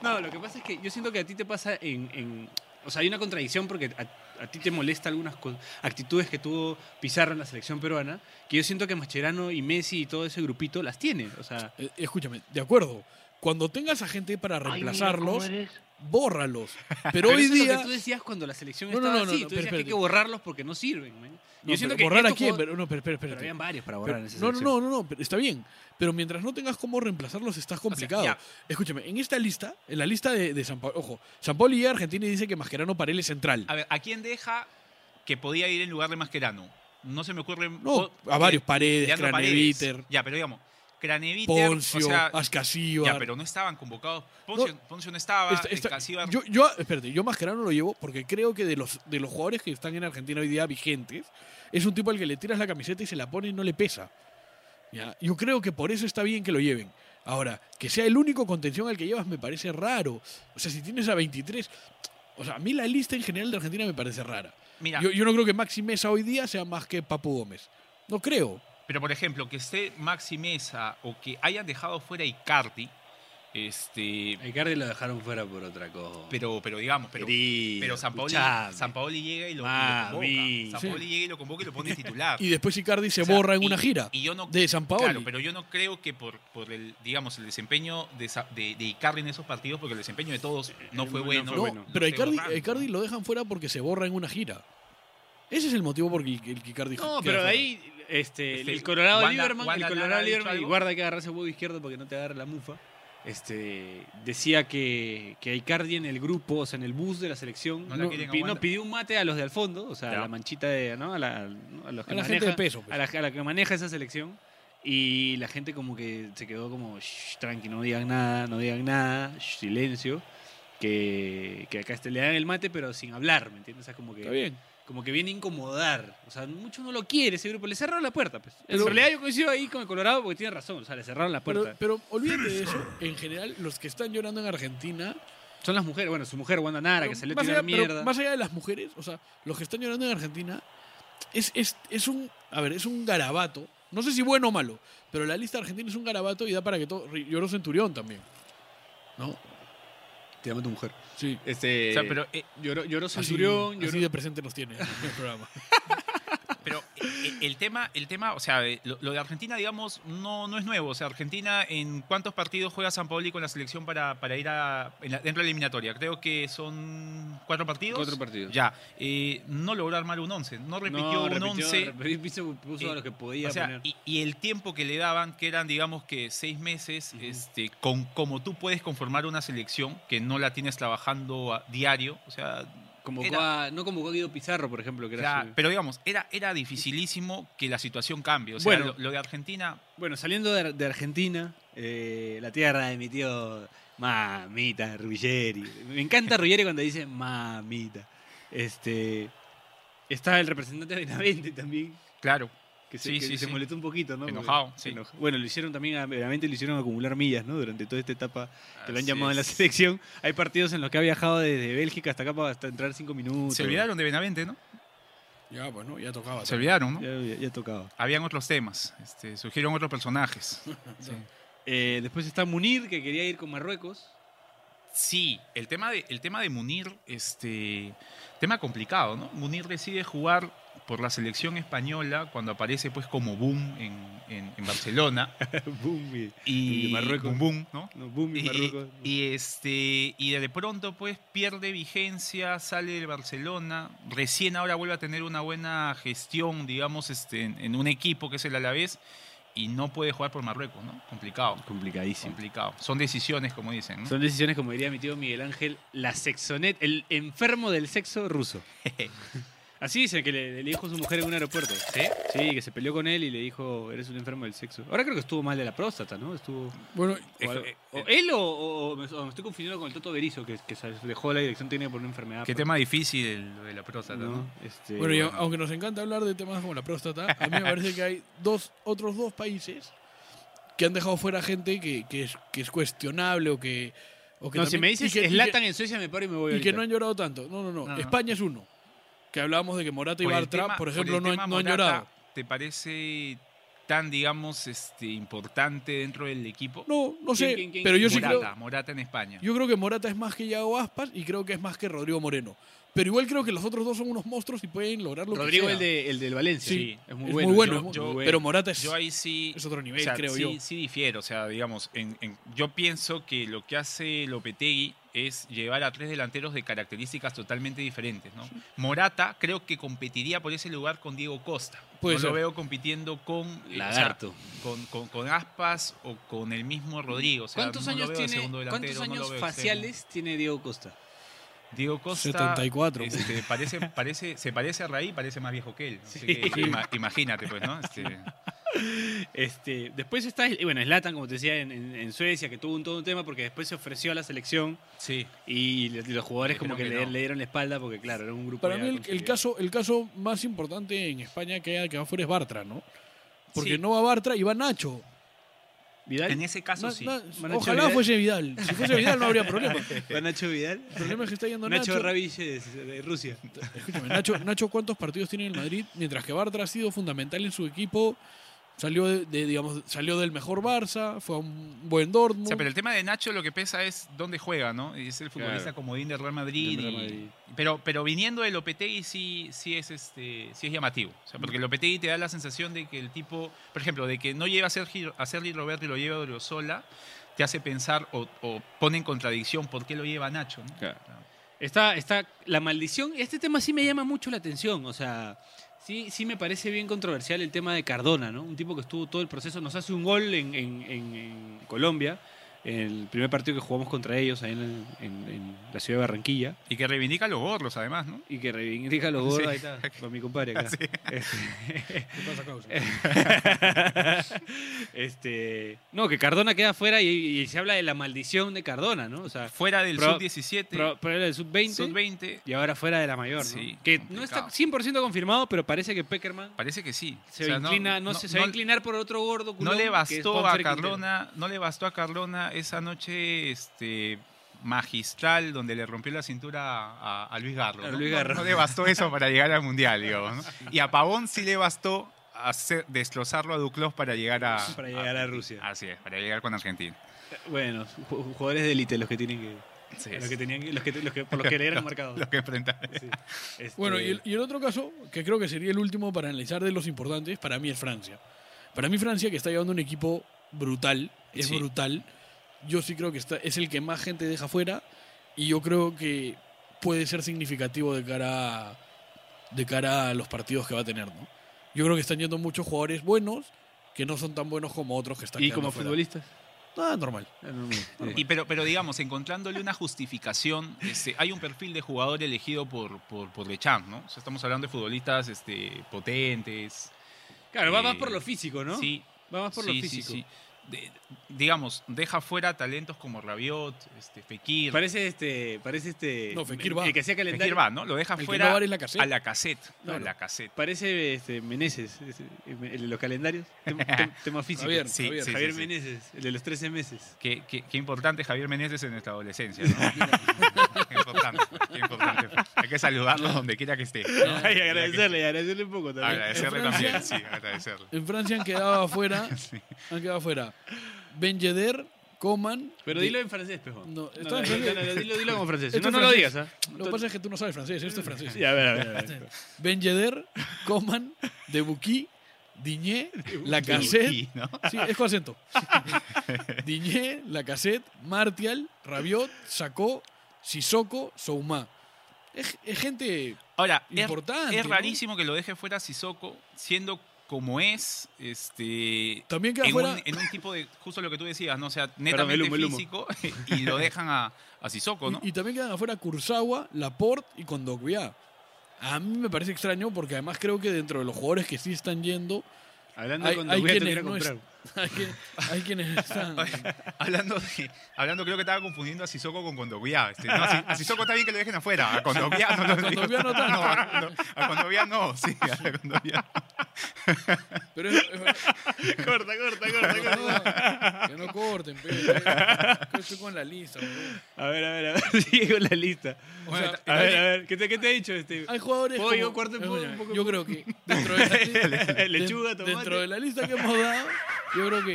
B: No, lo que pasa es que yo siento que a ti te pasa en... en- o sea, hay una contradicción porque a, a ti te molesta algunas co- actitudes que tuvo Pizarro en la selección peruana, que yo siento que Mascherano y Messi y todo ese grupito las tiene. O sea,
D: Eh, Escúchame, de acuerdo. Cuando tengas a gente para reemplazarlos, bórralos.
B: pero
D: Pero
B: eso
D: hoy
B: es lo
D: día.
B: que tú decías cuando la selección
D: No, no,
B: estaba
D: no, no,
B: así.
D: no,
B: tú
D: pero
B: decías que hay
D: espérate.
B: que borrarlos porque no sirven. man.
D: No,
B: yo siento
D: pero
B: que
D: ¿Borrar a
B: estos
D: quién?
B: jugadores-
D: Pero, no, pero, espera, espérate.
B: Pero habían varios para
D: Pero-
B: borrar en esa
D: no, no,
B: selección.
D: no, no, no, pero está bien. Pero mientras no tengas cómo reemplazarlos, estás complicado.
C: ya.
D: Escúchame, en esta lista, en la lista de, de San Paolo, ojo, San Paolo llega a Argentina y dice que Mascherano para él es central.
C: A ver, ¿a quién deja que podía ir en lugar de Mascherano? No se me ocurre.
D: No,
C: o-
D: a varios, Paredes,
C: eh, Leandro
D: Craneviter,
C: Paredes. Ya, pero digamos, Craneviter.
D: Poncio,
C: o sea,
D: Ascasíbar.
C: ya, pero no estaban convocados. Poncio Poncio no, estaba.
D: Esta- esta-
C: Casíbar-
D: yo, yo, espérate, yo Mascherano lo llevo porque creo que de los, de los jugadores que están en Argentina hoy día vigentes, es un tipo al que le tiras la camiseta y se la pone y no le pesa. ¿Ya? Yo creo que por eso está bien que lo lleven. Ahora, que sea el único contención al que llevas me parece raro. O sea, si tienes a 23... O sea, a mí la lista en general de Argentina me parece rara.
C: Mira,
D: Yo, yo no creo que Maxi Mesa hoy día sea más que Papu Gómez. No creo.
C: pero por ejemplo, que esté Maxi Mesa o que hayan dejado fuera a Icardi, este.
B: A Icardi lo dejaron fuera por otra cosa.
C: Pero, pero digamos, pero. Pero San Paoli, San Paoli llega y lo, y lo
B: Mami.
C: convoca. San
D: Sí.
C: Paoli llega y lo convoca y lo pone titular.
D: Y después Icardi se
C: O sea,
D: borra en
C: y-
D: una gira
C: y yo no-
D: de San Paolo.
C: Claro, pero yo no creo que por, por el, digamos, el desempeño de, Sa- de, de Icardi en esos partidos, porque el desempeño de todos no fue
B: no
C: bueno.
B: fue
D: No,
B: Ah, bueno.
D: pero a
C: se
D: Icardi,
C: borraron.
D: a Icardi lo dejan fuera porque se borra en una gira. Ese es el motivo por el que el que Icardi
B: No,
D: queda
B: pero
D: fuera.
B: ahí Este,
C: Este,
B: el Colorado
C: Wanda-
B: Lieberman,
C: Wanda
B: el
C: Nara
B: Colorado
C: ha dicho
B: Lieberman, y
C: algo.
B: guarda hay que agarrarse el huevo izquierdo porque no te agarre la mufa. Este, decía que, que a Icardi en el grupo, o sea, en el bus de la selección,
C: No la
B: no,
C: quieren a
B: pi- no,
C: Wanda.
B: pidió un mate a los de al fondo, o sea, a
C: Ya.
B: la manchita de, ¿no? A la, ¿no? A los que
D: A la
B: maneja,
D: gente de peso, pues.
B: a, la, a la que maneja esa selección. Y la gente como que se quedó como, "Shh, tranqui, no digan nada, no digan nada, shh, silencio. Que, que acá este- le dan el mate, pero sin hablar, ¿me entiendes? O sea, como que
D: Está bien.
B: como que viene a incomodar. O sea, mucho no lo quiere ese grupo. Le cerraron la puerta. Pues.
D: Pero-
B: en realidad yo coincido ahí con el Colorado porque tiene razón. O sea, le cerraron la
D: Pero,
B: puerta.
D: pero olvídate de eso. En general, los que están llorando en Argentina.
B: Son las mujeres. Bueno, su mujer, Wanda Nara, que se le
D: más
B: tiró
D: allá-
B: la
D: pero
B: mierda.
D: más allá de las mujeres, o sea, los que están llorando en Argentina, es, es, es un. A ver, es un garabato. No sé si bueno o malo, pero la lista argentina es un garabato y da para que todo. Lloró Centurión también. ¿No?
B: Te llama tu mujer.
D: Sí.
B: Este,
C: O sea, pero, eh,
B: lloró, lloró
D: Así-
B: Centurión.
D: así
B: lloró-
D: de presente nos tiene en el programa.
C: pero eh, el tema, el tema, o sea, eh, lo, lo de Argentina, digamos, no, no es nuevo. O sea, Argentina, ¿en cuántos partidos juega San Paoli con la selección para, para ir a en la, dentro de la eliminatoria? Creo que son cuatro partidos.
B: Cuatro partidos.
C: Ya, eh, no logró armar un once, no repitió
B: no,
C: un
B: repitió,
C: once.
B: repitió, puso a
C: Eh,
B: lo que podía
C: O sea,
B: poner.
C: y, y el tiempo que le daban, que eran, digamos que seis meses, este, con como tú puedes conformar una selección que no la tienes trabajando a diario, o sea,
B: Convocó
C: era-
B: a- no convocó a Guido Pizarro, por ejemplo, que
C: o
B: era
C: sea,
B: su-
C: pero digamos, era, era dificilísimo que la situación cambie. O sea,
B: Bueno.
C: lo, lo de Argentina,
B: Bueno, saliendo de, de Argentina, eh, la tierra de mi tío Mamita Ruggeri. Me encanta Ruggeri cuando dice Mamita. Este, está el representante de Benavente también,
C: claro,
B: que se,
C: Sí,
B: que
C: sí,
B: se
C: sí.
B: molestó un poquito, ¿no?
C: Enojado,
B: Porque-
C: sí.
B: enojado. Bueno, lo hicieron también a Benavente, lo hicieron acumular millas, ¿no? Durante toda esta etapa que lo han
C: Así
B: llamado en la
C: es.
B: selección. Hay partidos en los que ha viajado desde Bélgica hasta acá para hasta entrar cinco minutos.
C: se olvidaron de Benavente, ¿no?
D: ya, bueno, ya tocaba.
C: Se olvidaron, ¿no?
B: Ya, ya- ya tocaba.
C: Habían otros temas, este, surgieron otros personajes. Sí.
B: Eh, después está Munir, que quería ir con Marruecos.
C: Sí, el tema de, el tema de Munir, este, tema complicado, ¿no? Munir decide jugar por la selección española cuando aparece pues como boom en, en- en Barcelona
B: boom, y-
C: y
B: Y Marruecos.
C: boom boom, ¿no?
B: no, boom, y
C: Y,
B: Marruecos.
C: y, este y de pronto pues pierde vigencia, sale del Barcelona, recién ahora vuelve a tener una buena gestión, digamos, este, en, en un equipo que es el Alavés y no puede jugar por Marruecos, ¿no? Complicado,
B: Complicadísimo.
C: complicado. Son decisiones, como dicen, ¿no?
B: Son decisiones, como diría mi tío Miguel Ángel, la sexonet, el enfermo del sexo ruso. Así dicen que le, le dijo a su mujer en un aeropuerto.
C: ¿Sí?
B: Sí, que se peleó con él y le dijo, eres un enfermo del sexo. Ahora creo que estuvo mal de la próstata, ¿no? Estuvo.
D: Bueno,
B: o algo-
C: eh,
B: o él o, o- o me, o me estoy confundiendo con el Toto Berizo, que, que se dejó la dirección técnica por una enfermedad.
C: Qué tema difícil lo de la próstata, ¿no?
B: ¿no? Este,
D: Bueno, y
B: bueno.
D: aunque nos encanta hablar de temas como la próstata, a mí me parece que hay dos, otros dos países que han dejado fuera gente que, que es, que es cuestionable o que. O que
B: No, si
D: también-
B: me
D: y
B: dices,
D: que- y que-
B: Slatan en Suecia me paro y me voy
D: Y,
B: a
D: que no han llorado tanto. No, no, no.
C: No, no.
D: España es uno. Que hablábamos de que Morata y
C: Por el
D: Bartra,
C: tema-
D: por
C: el
D: ejemplo, no, han-
C: tema
D: no han
C: Morata,
D: llorado.
C: ¿Te parece tan, digamos, este, importante dentro del equipo?
D: No, no sé.
B: quién, quién,
D: pero yo
B: quién?
D: sí
C: Morata,
D: creo.
C: Morata en España.
D: Yo creo que Morata es más que Yago Aspas y creo que es más que Rodrigo Moreno. Pero igual creo que los otros dos son unos monstruos y pueden lograr lo
B: Rodrigo,
D: que
B: el,
D: sea.
B: de, el del Valencia.
D: Sí,
B: es muy
D: es
B: bueno.
D: muy bueno,
B: Yo-
D: es muy-
B: yo-
D: Pero Morata es,
C: Yo ahí sí.
D: es otro nivel,
C: o sea,
D: creo
C: sí,
D: yo.
C: sí difiero. O sea, digamos, en- en- yo pienso que lo que hace Lopetegui es llevar a tres delanteros de características totalmente diferentes. ¿no? Morata creo que competiría por ese lugar con Diego Costa.
D: Puede
C: no
D: ser.
C: lo veo compitiendo con eh, o sea,
B: Lagarto.
C: con, con- con Aspas o con el mismo Rodrigo. O sea,
B: ¿Cuántos
C: no lo
B: años
C: veo de
B: tiene?
C: segundo
B: ¿Cuántos
C: delantero, no lo
B: años
C: veo de extremo.
B: faciales tiene Diego Costa?
C: Diego Costa.
D: 74.
C: este, parece, parece, se parece a Raí, parece más viejo que él. Así
B: Sí.
C: que ima- imagínate, pues, ¿no? Este,
B: Este, después está, eh, bueno, Zlatan, como te decía, en, en- en Suecia, que tuvo un todo un tema porque después se ofreció a la selección
C: sí.
B: y le- los jugadores como que,
C: Dijeron
B: le,
C: que no.
B: le dieron la espalda porque, claro, era un grupo.
D: Para
B: ya
D: mí el, el
B: consolidado.
D: caso, el caso más importante en España que hay que va fuera es Bartra, ¿no? Porque
C: Sí.
D: no va Bartra y va Nacho.
B: ¿Vidal?
C: En ese caso,
D: Na-
C: sí.
D: na-
B: Nacho
D: ojalá
B: Vidal.
D: fuese Vidal. Si fuese Vidal no habría problema.
B: ¿Va Nacho Vidal?
D: El problema es que está yendo Nacho.
B: Nacho Raville de, de Rusia.
D: Escúchame, Nacho, Nacho, ¿cuántos partidos tiene en el Madrid? Mientras que Bartra ha sido fundamental en su equipo. Salió, de, de, digamos, salió del mejor Barça, fue a un buen Dortmund.
C: O sea, pero el tema de Nacho lo que pesa es dónde juega, ¿no? Es el futbolista
B: Claro.
C: como comodín del Real Madrid.
B: Del Real
C: y-
B: Madrid.
C: Pero, pero viniendo de Lopetegui sí, sí, es, este, sí es llamativo. O sea, porque
B: Mm.
C: Lopetegui te da la sensación de que el tipo, por ejemplo, de que no lleva a Sergi, a Sergi Roberto y lo lleva a Oriozola, te hace pensar o, o pone en contradicción por qué lo lleva Nacho. ¿no?
B: Está, está la maldición. Este tema sí me llama mucho la atención. O sea, Sí, sí me parece bien controversial el tema de Cardona, ¿no? Un tipo que estuvo todo el proceso, nos hace un gol en, en- en- en Colombia, en el primer partido que jugamos contra ellos ahí en, el- en- en la ciudad de Barranquilla,
C: Y que reivindica los gorros, además, ¿no?
B: y que reivindica los goles,
C: Sí.
B: ahí está, con mi compadre acá. Este,
D: ¿Qué pasa, causa?
B: este, no, que Cardona queda fuera y, y se habla de la maldición de Cardona, ¿no? O sea,
C: Fuera del
B: Pro-
C: sub-17,
B: pro- pero era del sub-20
C: sub-20,
B: y ahora fuera de la mayor, ¿no?
C: Sí,
B: que no
C: complicado.
B: está 100% confirmado, pero parece que Peckerman
C: parece que sí.
B: se
C: O sea,
B: inclina, no, se, se va a inclinar por otro gordo
C: no
B: culón
C: le
B: que es
C: bastó
B: Juan
C: a
B: Freddy Quintero.
C: Carlona, no le bastó a Carlona esa noche este magistral donde le rompió la cintura a, a Luis Garro.
B: A
C: ¿no?
B: Luis
C: No-
B: Garro.
C: No, le bastó eso para llegar al Mundial, digamos. ¿no? Y a Pavón sí le bastó hacer, destrozarlo a Duclos para llegar a...
B: Para llegar a Rusia.
C: Así es, para llegar con Argentina.
B: Bueno, ju- jugadores de élite los que tienen que,
C: Sí,
B: los que
C: es
B: tenían que- los que, los que- por los que le eran marcados.
C: Lo que enfrentaron.
B: Sí. Este,
D: Bueno, y el, y el otro caso, que creo que sería el último para analizar de los importantes, para mí es Francia. Para mí Francia, que está llevando un equipo brutal, es
C: Sí.
D: brutal. Yo sí creo que está, es el que más gente deja fuera y yo creo que puede ser significativo de cara a, de cara a los partidos que va a tener. ¿no? Yo creo que están yendo muchos jugadores buenos que no son tan buenos como otros que están
B: y
D: quedando
B: como
D: fuera.
B: futbolistas.
D: Ah, normal.
C: Y pero, pero digamos, encontrándole una justificación, este, hay un perfil de jugador elegido por, por, por Lecham, ¿no? O sea, estamos hablando de futbolistas este, potentes.
B: claro, va
C: eh,
B: más por lo físico, ¿no?
C: Sí,
B: Va más por
C: sí,
B: lo
C: sí,
B: físico.
C: sí. De- digamos, deja fuera talentos como Rabiot, este, Fekir.
B: Parece este, parece este
D: No, Fekir
B: el-
D: va.
B: el que hacía calendario.
C: Fekir va, ¿no? Lo deja
D: El que
C: fuera
D: no vale es la Lacazette.
C: a la cassette. A
D: Claro.
C: la cassette.
B: Parece este Meneses, ese, el de los calendarios, tem- tem- tema físico.
D: Javier,
C: Sí,
D: Javier.
C: sí.
B: Javier Meneses, el de los 13 meses.
C: Qué, qué- qué importante es Javier Meneses en nuestra adolescencia. ¿no? qué importante, qué importante. Hay que saludarlo donde quiera que esté. ¿no?
B: Ay, agradecerle, y agradecerle un poco también.
C: Agradecerle también, sí, agradecerle.
D: En Francia han quedado afuera, han quedado afuera Ben Yedder, Coman,
B: Pero
D: Di-
B: dilo en francés, pejo.
D: No, está en
B: no,
D: francés.
B: no, no, dilo, dilo como francés.
D: Está
B: No,
D: en
B: no lo
D: francés.
B: digas, ¿ah?
D: Lo que pasa es que tú no sabes francés, esto es francés.
B: Sí, a ver, a ver. a ver.
D: Ben Yedder, Coman, Debuquí, Diñé, Lacassette.
C: Sí, ¿no?
D: Sí, es con acento. Diñé, Lacassette, Martial, Rabiot, Sacó, Sissoko, Souma. Es, es gente.
C: Ahora, es-
D: Importante,
C: es
D: ¿no?
C: rarísimo que lo deje fuera Sissoko, siendo como es, este,
D: También queda
C: en
D: fuera.
C: un, en un tipo de, justo lo que tú decías, ¿no? O sea, netamente
B: el humo, el humo.
C: físico y lo dejan a, a Sissoko, ¿no?
D: Y, y también quedan afuera Kurzawa, Laporte y Kondogbia. A mí me parece extraño porque además creo que dentro de los jugadores que sí están yendo,
B: Hablando
D: hay,
B: de cuando
D: hay
B: voy a tener
D: quienes
B: que comprar.
D: no es- hay, que- hay quienes están.
C: hablando, de- hablando, creo que estaba confundiendo a Sissoko con Condovia. Este, ¿no? A Si- a Sissoko está bien que lo dejen afuera, a Condovia no lo
D: Kondogbia no tanto.
C: no, a, no, a Kondogbia no, sí, a Kondogbia.
D: Pero es- es verdad.
B: corta, corta, corta,
D: Que no- que no corten, pero yo estoy con la lista. bro.
B: A ver, a ver, a ver. Sigue con la lista.
D: O
C: Bueno,
D: sea,
B: A ver, a ver. ¿Qué te, qué te ha dicho este?
D: hay jugadores
B: Pollo,
D: como-
B: cuarto de pollo,
D: Escúchame,
B: un poco de
D: yo creo que dentro de, la, de-
B: Lechuga, tomate.
D: dentro de la lista que hemos dado, yo creo que,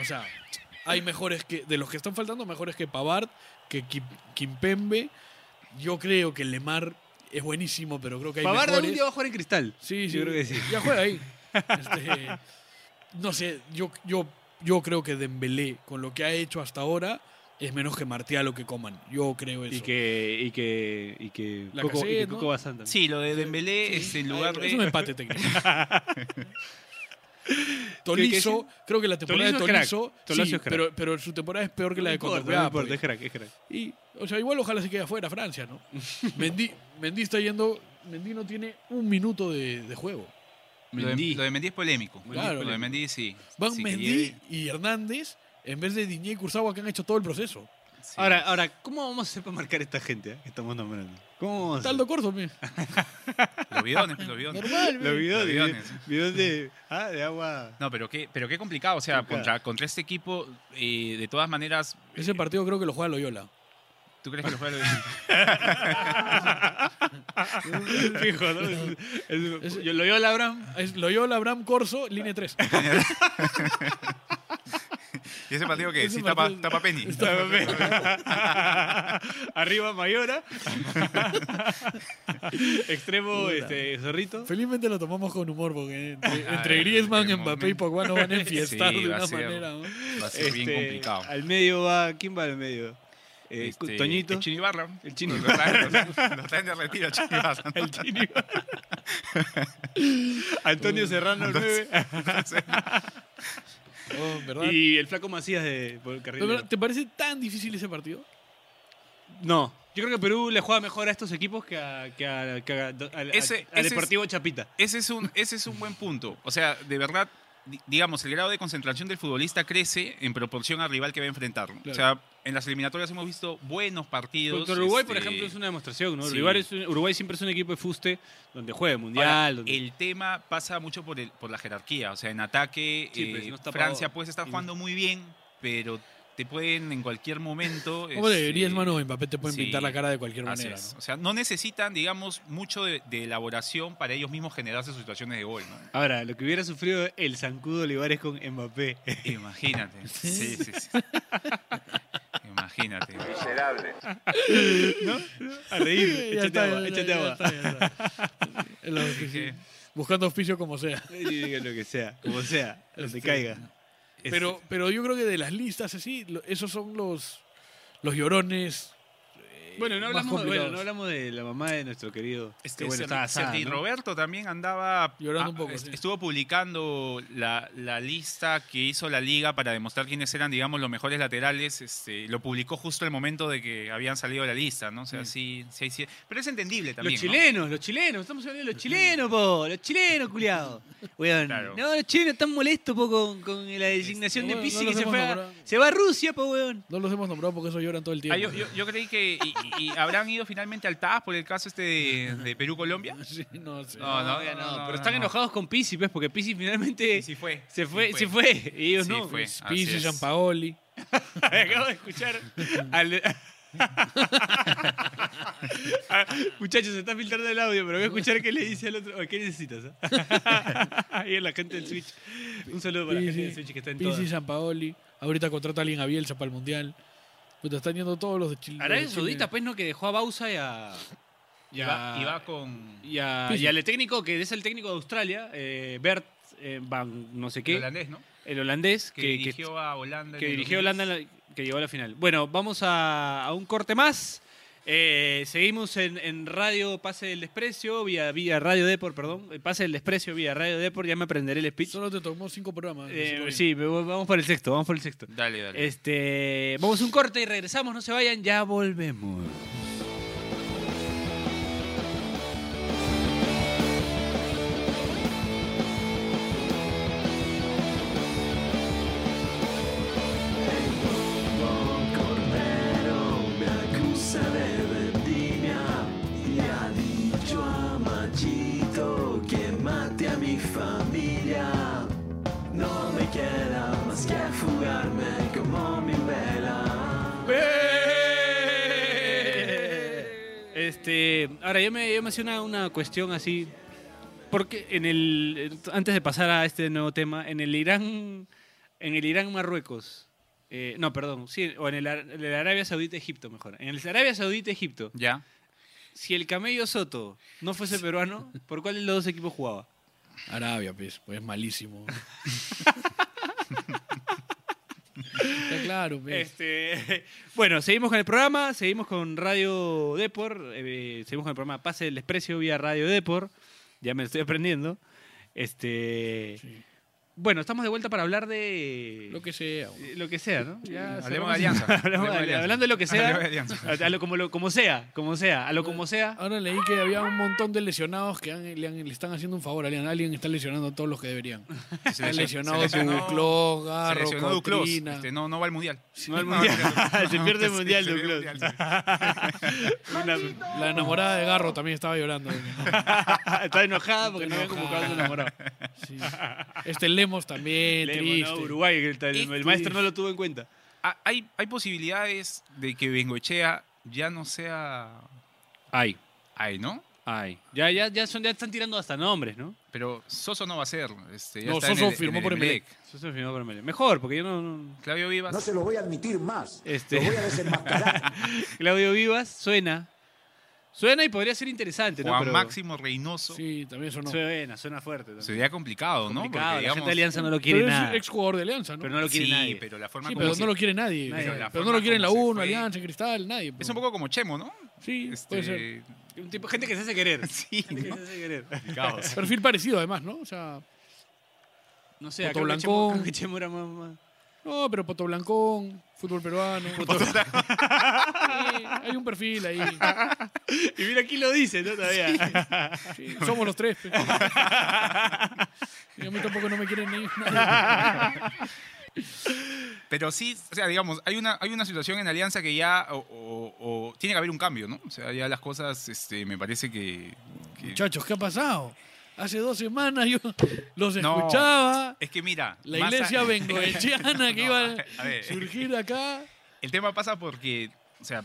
D: o sea, hay mejores que de los que están faltando, mejores que Pavard, que Kim- Kimpembe. Yo creo que Lemar es buenísimo, pero creo que hay
B: Pavarda
D: mejores.
B: algún día va a jugar en cristal.
D: Sí, sí.
B: Yo creo que sí.
D: Ya juega ahí. Este, no sé, yo, yo, yo creo que Dembélé, con lo que ha hecho hasta ahora, es menos que Martial o que Coman. Yo creo eso.
B: Y que, y que, y que
D: La
B: Coco, y
D: Cassette,
B: que
D: ¿no?
B: Coco Bazán también.
C: Sí, lo de Dembélé,
D: Sí.
C: este, en lugar
D: Es un
C: de...
D: empate técnico.
B: ¿Qué-
D: Tolizo, creo que la temporada
B: Tolizo es
D: de
B: crack.
D: Tolizo,
B: Tolizo
D: sí,
B: es crack.
D: pero, pero su temporada es peor que la
B: No
D: de
B: importa,
D: Condorcet.
B: no importa, es crack, es crack.
D: Y, o sea, igual ojalá se quede afuera Francia, ¿no? Mendy, Mendy está yendo, Mendy no tiene un minuto de, de juego.
C: Lo de,
B: Mendy.
C: lo de Mendy es polémico.
D: Claro.
C: Lo de Mendy, sí.
D: Van
C: Sí, eh. que
D: Mendy
C: llegue-
D: y Hernández en vez de Diñé y Kurzawa que han hecho todo el proceso.
C: sí.
B: Ahora, ahora, ¿cómo vamos a hacer para marcar esta gente eh, que estamos nombrando? ¿Cómo vamos a hacer?
D: Taldo corto, me.
C: Los bidones, los bidones.
D: Normal,
B: Los
D: me.
B: videos de,
C: aviones.
B: videos de, ah, de agua.
C: No, pero qué, pero qué complicado. O sea,
B: Complicado.
C: contra, contra este equipo, eh, de todas maneras,
D: Ese partido creo que lo juega Loyola.
C: ¿tú crees que lo juega Loyola?
B: Fijo, ¿no? Es- es-
D: Es-
B: yo lo veo a Abraham.
D: Es Loyola, Abraham, Corso, línea 3.
C: ¿Y ese partido qué?
D: Ese
C: Sí, tapa,
D: partido-
C: tapa Penny.
B: Arriba Mayora. Extremo este, Zorrito.
D: Felizmente lo tomamos con humor porque entre, entre Griezmann,
C: de
D: Mbappé y
C: momento.
D: Pogba nos van a enfiestar
C: Sí,
D: de
C: va a
D: una
C: ser.
D: manera. ¿no?
C: Va a ser bien
B: Este,
C: complicado.
B: Al medio va. ¿Quién va al medio? Eh,
C: Este,
B: Toñito.
C: El Chinibarra. El Chinibarra. Nos traen- nos traen de retiro, el Chinibarra. ¿no?
B: Antonio Serrano, el 9.
D: Oh, ¿verdad?
B: Y el flaco Macías de por el carril.
D: Pero, ¿verdad? ¿Te parece tan difícil ese partido?
B: No. Yo creo que Perú le juega mejor a estos equipos que a, que a- que a- a- a-
C: Ese-
B: a
C: ese
B: Deportivo Chapita.
C: Ese es, un, ese es un buen punto. O sea, de verdad, di- digamos, el grado de concentración del futbolista crece en proporción al rival que va a enfrentar. O sea, en las eliminatorias hemos visto buenos partidos.
B: Contra Uruguay, por
C: este,
B: ejemplo, es una demostración, ¿no?
C: sí.
B: Uruguay, es un- Uruguay siempre es un equipo de fuste donde juega el mundial.
C: Ahora,
B: donde-
C: el tema pasa mucho por, el, por la jerarquía. O sea, en ataque,
B: Sí,
C: eh,
B: pues, no está
C: Francia
B: Pavón.
C: puede estar
B: Y-
C: jugando muy bien, pero te pueden en cualquier momento.
D: ¿Cómo
C: este,
D: deberías, hermano? Mbappé te pueden
C: sí.
D: pintar la cara de cualquier
C: Así
D: manera.
C: es.
D: ¿no?
C: O sea, no necesitan, digamos, mucho de, de elaboración para ellos mismos generarse sus situaciones de gol. ¿no?
B: Ahora, lo que hubiera sufrido el zancudo Olivares con Mbappé.
C: Imagínate. Sí, sí, sí. Imagínate.
D: Este,
B: A reír,
D: Ya
B: échate
D: está,
B: agua,
D: ya- ya-
B: échate
D: ya
B: agua.
D: está, ya está. El auspicio. Buscando auspicio como sea.
B: Diga lo que sea, como sea, donde caiga.
D: Pero, pero yo creo que de las listas así, lo- esos son los, los llorones. eh,
B: Bueno, no
D: más
B: hablamos, bueno,
D: complicados.
B: no hablamos de la mamá de nuestro querido.
C: Este,
B: que bueno,
C: Sergi-
B: estaba asada,
C: Sergi
B: ¿no?
C: Roberto también andaba
D: Llorando un poco,
C: est-
D: sí.
C: Estuvo publicando la, la lista que hizo la liga para demostrar quiénes eran, digamos, los mejores laterales. Este, lo publicó justo el momento de que habían salido de la lista, ¿no? O
D: Mm.
C: sea, sí, sí, hay cier- Pero es entendible también.
B: Los
C: ¿no?
B: chilenos, los chilenos, estamos hablando de los chilenos, po, los chilenos, culiados. Weón,
C: Claro.
B: no, los chilenos están molestos, po, con, con la designación de
D: Bueno,
B: Pizzi
D: no los
B: que se
D: hemos
B: fue a,
D: nombrado.
B: se va a Rusia, po, weón.
D: No los hemos nombrado porque esos lloran todo el tiempo.
C: Ah, yo, yo- yo creí que y, y- y habrán ido finalmente al TAS por el caso este de, de Perú-Colombia.
B: Ah,
D: Sí, no sé.
C: No, no,
B: ya
C: no, no,
B: pero están
C: no.
B: enojados con Pizzi, pues, porque Pizzi finalmente
C: Sí, sí fue.
B: se
C: sí
B: fue, se fue, y ellos
C: Sí
B: no.
C: fue, así
D: Pizzi,
C: es.
D: Sampaoli.
B: Acabo de escuchar al... Ah, Muchachos, se está filtrando el audio, pero voy a escuchar qué le dice al otro. Oye, ¿Qué necesitas? ah? Ahí es la gente del Switch. Un saludo para la gente del Switch que está en
D: Pizzi,
B: todo.
D: Sampaoli. Ahorita contrata a alguien a Bielsa para el Mundial. Puta, están yendo todos los de Chile.
B: Arabia
D: los de Chile.
B: Saudita, pues, ¿no? Que dejó a Bausa y a... Y
C: Y va,
B: a,
C: y va con
B: y a-
D: Pizzi.
B: y al técnico, que es el técnico de Australia, eh, Bert eh, Van no sé
C: el
B: qué,
C: holandés, ¿no?
B: el holandés,
C: Que,
B: que, que-
C: dirigió a Holanda. en
B: que
C: el
B: dirigió
C: 2010.
B: Holanda, en la- que llegó a la final. Bueno, vamos a, a un corte más. Eh, seguimos en, en Radio Pase del Desprecio, vía, vía Radio Deport, perdón. Eh, Pase del Desprecio, vía Radio Deport, ya me aprenderé el speech.
D: Solo te tomó cinco programas.
B: Eh,
D: Así que
B: sí, me voy- vamos por el sexto, vamos por el sexto.
C: Dale, dale.
B: Este, vamos a un corte y regresamos, no se vayan, ya volvemos.
A: Cordero me acusa de vendimia y ha dicho a Machito que mate a mi familia. No me queda más que fugarme como mi vela.
B: Este, ahora yo me, yo me hacía una, una cuestión así, porque en el antes de pasar a este nuevo tema, en el Irán, en el Irán Marruecos, eh, no, perdón, sí, o en el, Ar- en el Arabia Saudita Egipto, mejor, en el Arabia Saudita Egipto,
C: Ya.
B: si el camello Soto no fuese peruano, ¿por cuál de los dos equipos jugaba?
D: Arabia, pues, pues es malísimo. Está claro, pues.
B: Este, bueno, seguimos con el programa, seguimos con Radio Depor, eh, seguimos con el programa Pase del Desprecio vía Radio Depor, ya me estoy aprendiendo. Este,
D: Sí.
B: Bueno, estamos de vuelta para hablar de
D: Lo que sea.
B: eh, lo que sea, ¿no? Ya cerramos-
C: Hablemos de Alianza,
B: hablamos
C: hablemos de
B: de-
C: Alianza.
B: hablando de lo que
C: Hablemos de
B: sea,
C: Alianza.
B: a- a lo como, lo- como sea, como sea, a lo como sea.
D: Ahora leí que había un montón de lesionados que han- le, han- le están haciendo un favor. Alguien, alguien está lesionando a todos los que deberían.
C: Se
D: Está
C: lesionó-
D: lesionado
C: se lesionó-
D: Duclos,
C: se
D: Garro,
C: lesionó Duclos.
D: Cotrina.
C: Este, no, no va al mundial.
B: No al mundial. se pierde el
C: Sí,
B: mundial,
C: se pierde el
B: Duclos.
C: mundial, Ah,
B: Una-
D: La enamorada de Garro también estaba llorando.
B: Está enojada porque no habían
D: Enojada.
B: convocado a su enamorado.
D: Sí. Este Lemos también,
B: Lemos,
D: triste.
B: ¿no? Uruguay, que el, el
D: Triste.
B: maestro no lo tuvo en cuenta.
C: Ah, Hay, hay posibilidades de que Bengochea ya no sea.
B: Ay,
C: Ay, ¿no?
B: ay. Ya, ya, ya, son, ya están tirando hasta nombres, ¿no?
C: Pero Soso no va a ser. Este, ya
D: No,
C: está en
D: Soso
C: el- en
D: firmó
C: el
D: por Emelec.
B: Eso se firmó para Melec. Mejor, porque yo no- no...
C: Claudio Vivas.
E: No se los voy a admitir más.
B: Este.
E: Los voy a desenmascarar.
B: Claudio Vivas suena. Suena y podría ser interesante, ¿no?
C: Juan
B: Pero-
C: Máximo Reynoso.
D: Sí, también sonó.
B: Suena, suena fuerte. también.
C: Sería complicado, ¿no?
B: Complicado, la gente de
C: Porque, digamos,
B: Alianza no lo quiere
D: Pero es
B: nada.
D: ex jugador de Alianza, ¿no?
B: Pero no lo quiere
C: sí,
B: nadie.
C: pero la forma
D: Sí,
C: como
D: pero
C: se-
D: no lo quiere nadie.
B: Nadie.
D: Pero,
B: La
D: no
C: forma
D: lo quieren la
C: como se
D: 1,
C: fue.
D: Alianza, Cristal, nadie. pues.
C: Es un poco como Chemo, ¿no?
D: Sí,
C: Este,
D: puede ser.
B: Un tipo, gente que se hace querer.
C: Sí,
B: Gente que
C: ¿no?
B: se hace querer.
C: Complicado, sí.
D: Perfil parecido, además, ¿no? O sea,
B: No sé, acá
D: Otto
B: creo que Chemo-
D: Blancón.
B: creo que Chemo era más- más...
D: no, pero Poto Blancón, fútbol peruano. Sí, hay un perfil ahí.
B: Y mira, aquí lo dice, ¿no? Todavía.
D: Sí, somos los tres. pe. Y a mí tampoco no me quieren ni nadie.
C: Pero sí, o sea, digamos, hay una, hay una situación en Alianza que ya o, o- o tiene que haber un cambio, ¿no? O sea, ya las cosas, este, me parece que... que-
D: Muchachos, ¿qué ha pasado? Hace dos semanas yo los
C: No.
D: escuchaba.
C: Es que mira...
D: La
C: más a-
D: iglesia bengoecheana
C: No,
D: que iba
C: a
D: a
C: ver.
D: surgir acá.
C: El tema pasa porque, o sea,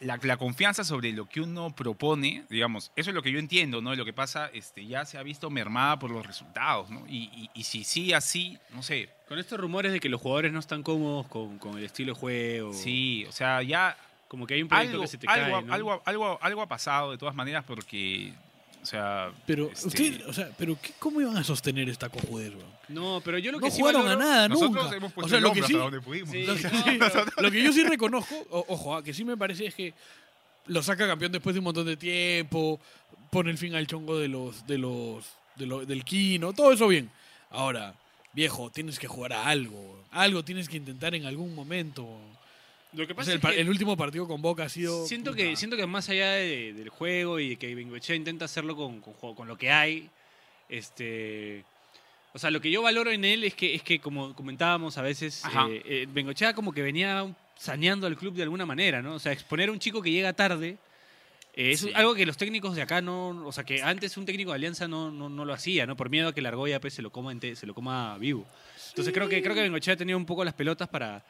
C: la, la confianza sobre lo que uno propone, digamos, eso es lo que yo entiendo, ¿no? Lo que pasa, este, ya se ha visto mermada por los resultados, ¿no? Y, y- y si sí, así, no sé.
B: Con estos rumores de que los jugadores no están cómodos con, con el estilo de juego.
C: Sí, o sea, ya
B: Como que hay Oh. un proyecto
C: algo,
B: que se te
C: algo,
B: cae, ¿no?
C: algo, algo, algo ha pasado de todas maneras porque, o sea...
D: Pero
C: este,
D: usted, o sea, pero qué- ¿cómo iban a sostener esta cojudez, weón?
B: No, pero yo lo que
D: No
B: sí
D: jugaron a
B: valoro-
D: nada
C: Nosotros
D: nunca.
C: hemos
D: O
C: puesto
D: sea,
C: el
D: lo
C: hombro
D: que
C: hasta
D: sí,
C: donde pudimos.
B: Sí,
D: lo que,
B: no,
D: sí-
B: pero-
D: lo que yo sí reconozco, o- ojo, ah, que sí me parece es que lo saca campeón después de un montón de tiempo, pone el fin al chongo de los, de los, de lo- del Quino, todo eso bien. Ahora, viejo, tienes que jugar a algo, weón. algo tienes que intentar en algún momento. weón.
B: Lo que
D: O
B: pasa
D: sea, el,
B: es
D: par-
B: que
D: el último partido con Boca ha sido.
B: siento,
D: puta.
B: que, siento que más allá de- del juego y de que Bengochea intenta hacerlo con, con, juego- con lo que hay, este... O sea, lo que yo valoro en él es que, es que como comentábamos a veces,
C: Ajá.
B: eh, eh, Bengochea como que venía saneando al club de alguna manera, ¿no? O sea, exponer a un chico que llega tarde eh, es
C: Sí.
B: algo que los técnicos de acá no... O sea, que antes un técnico de Alianza no, no, no lo hacía, ¿no? Por miedo a que la argolla pues, se, lo coma, ente- se lo coma vivo. Entonces creo que creo que Bengochea ha tenido un poco las pelotas para,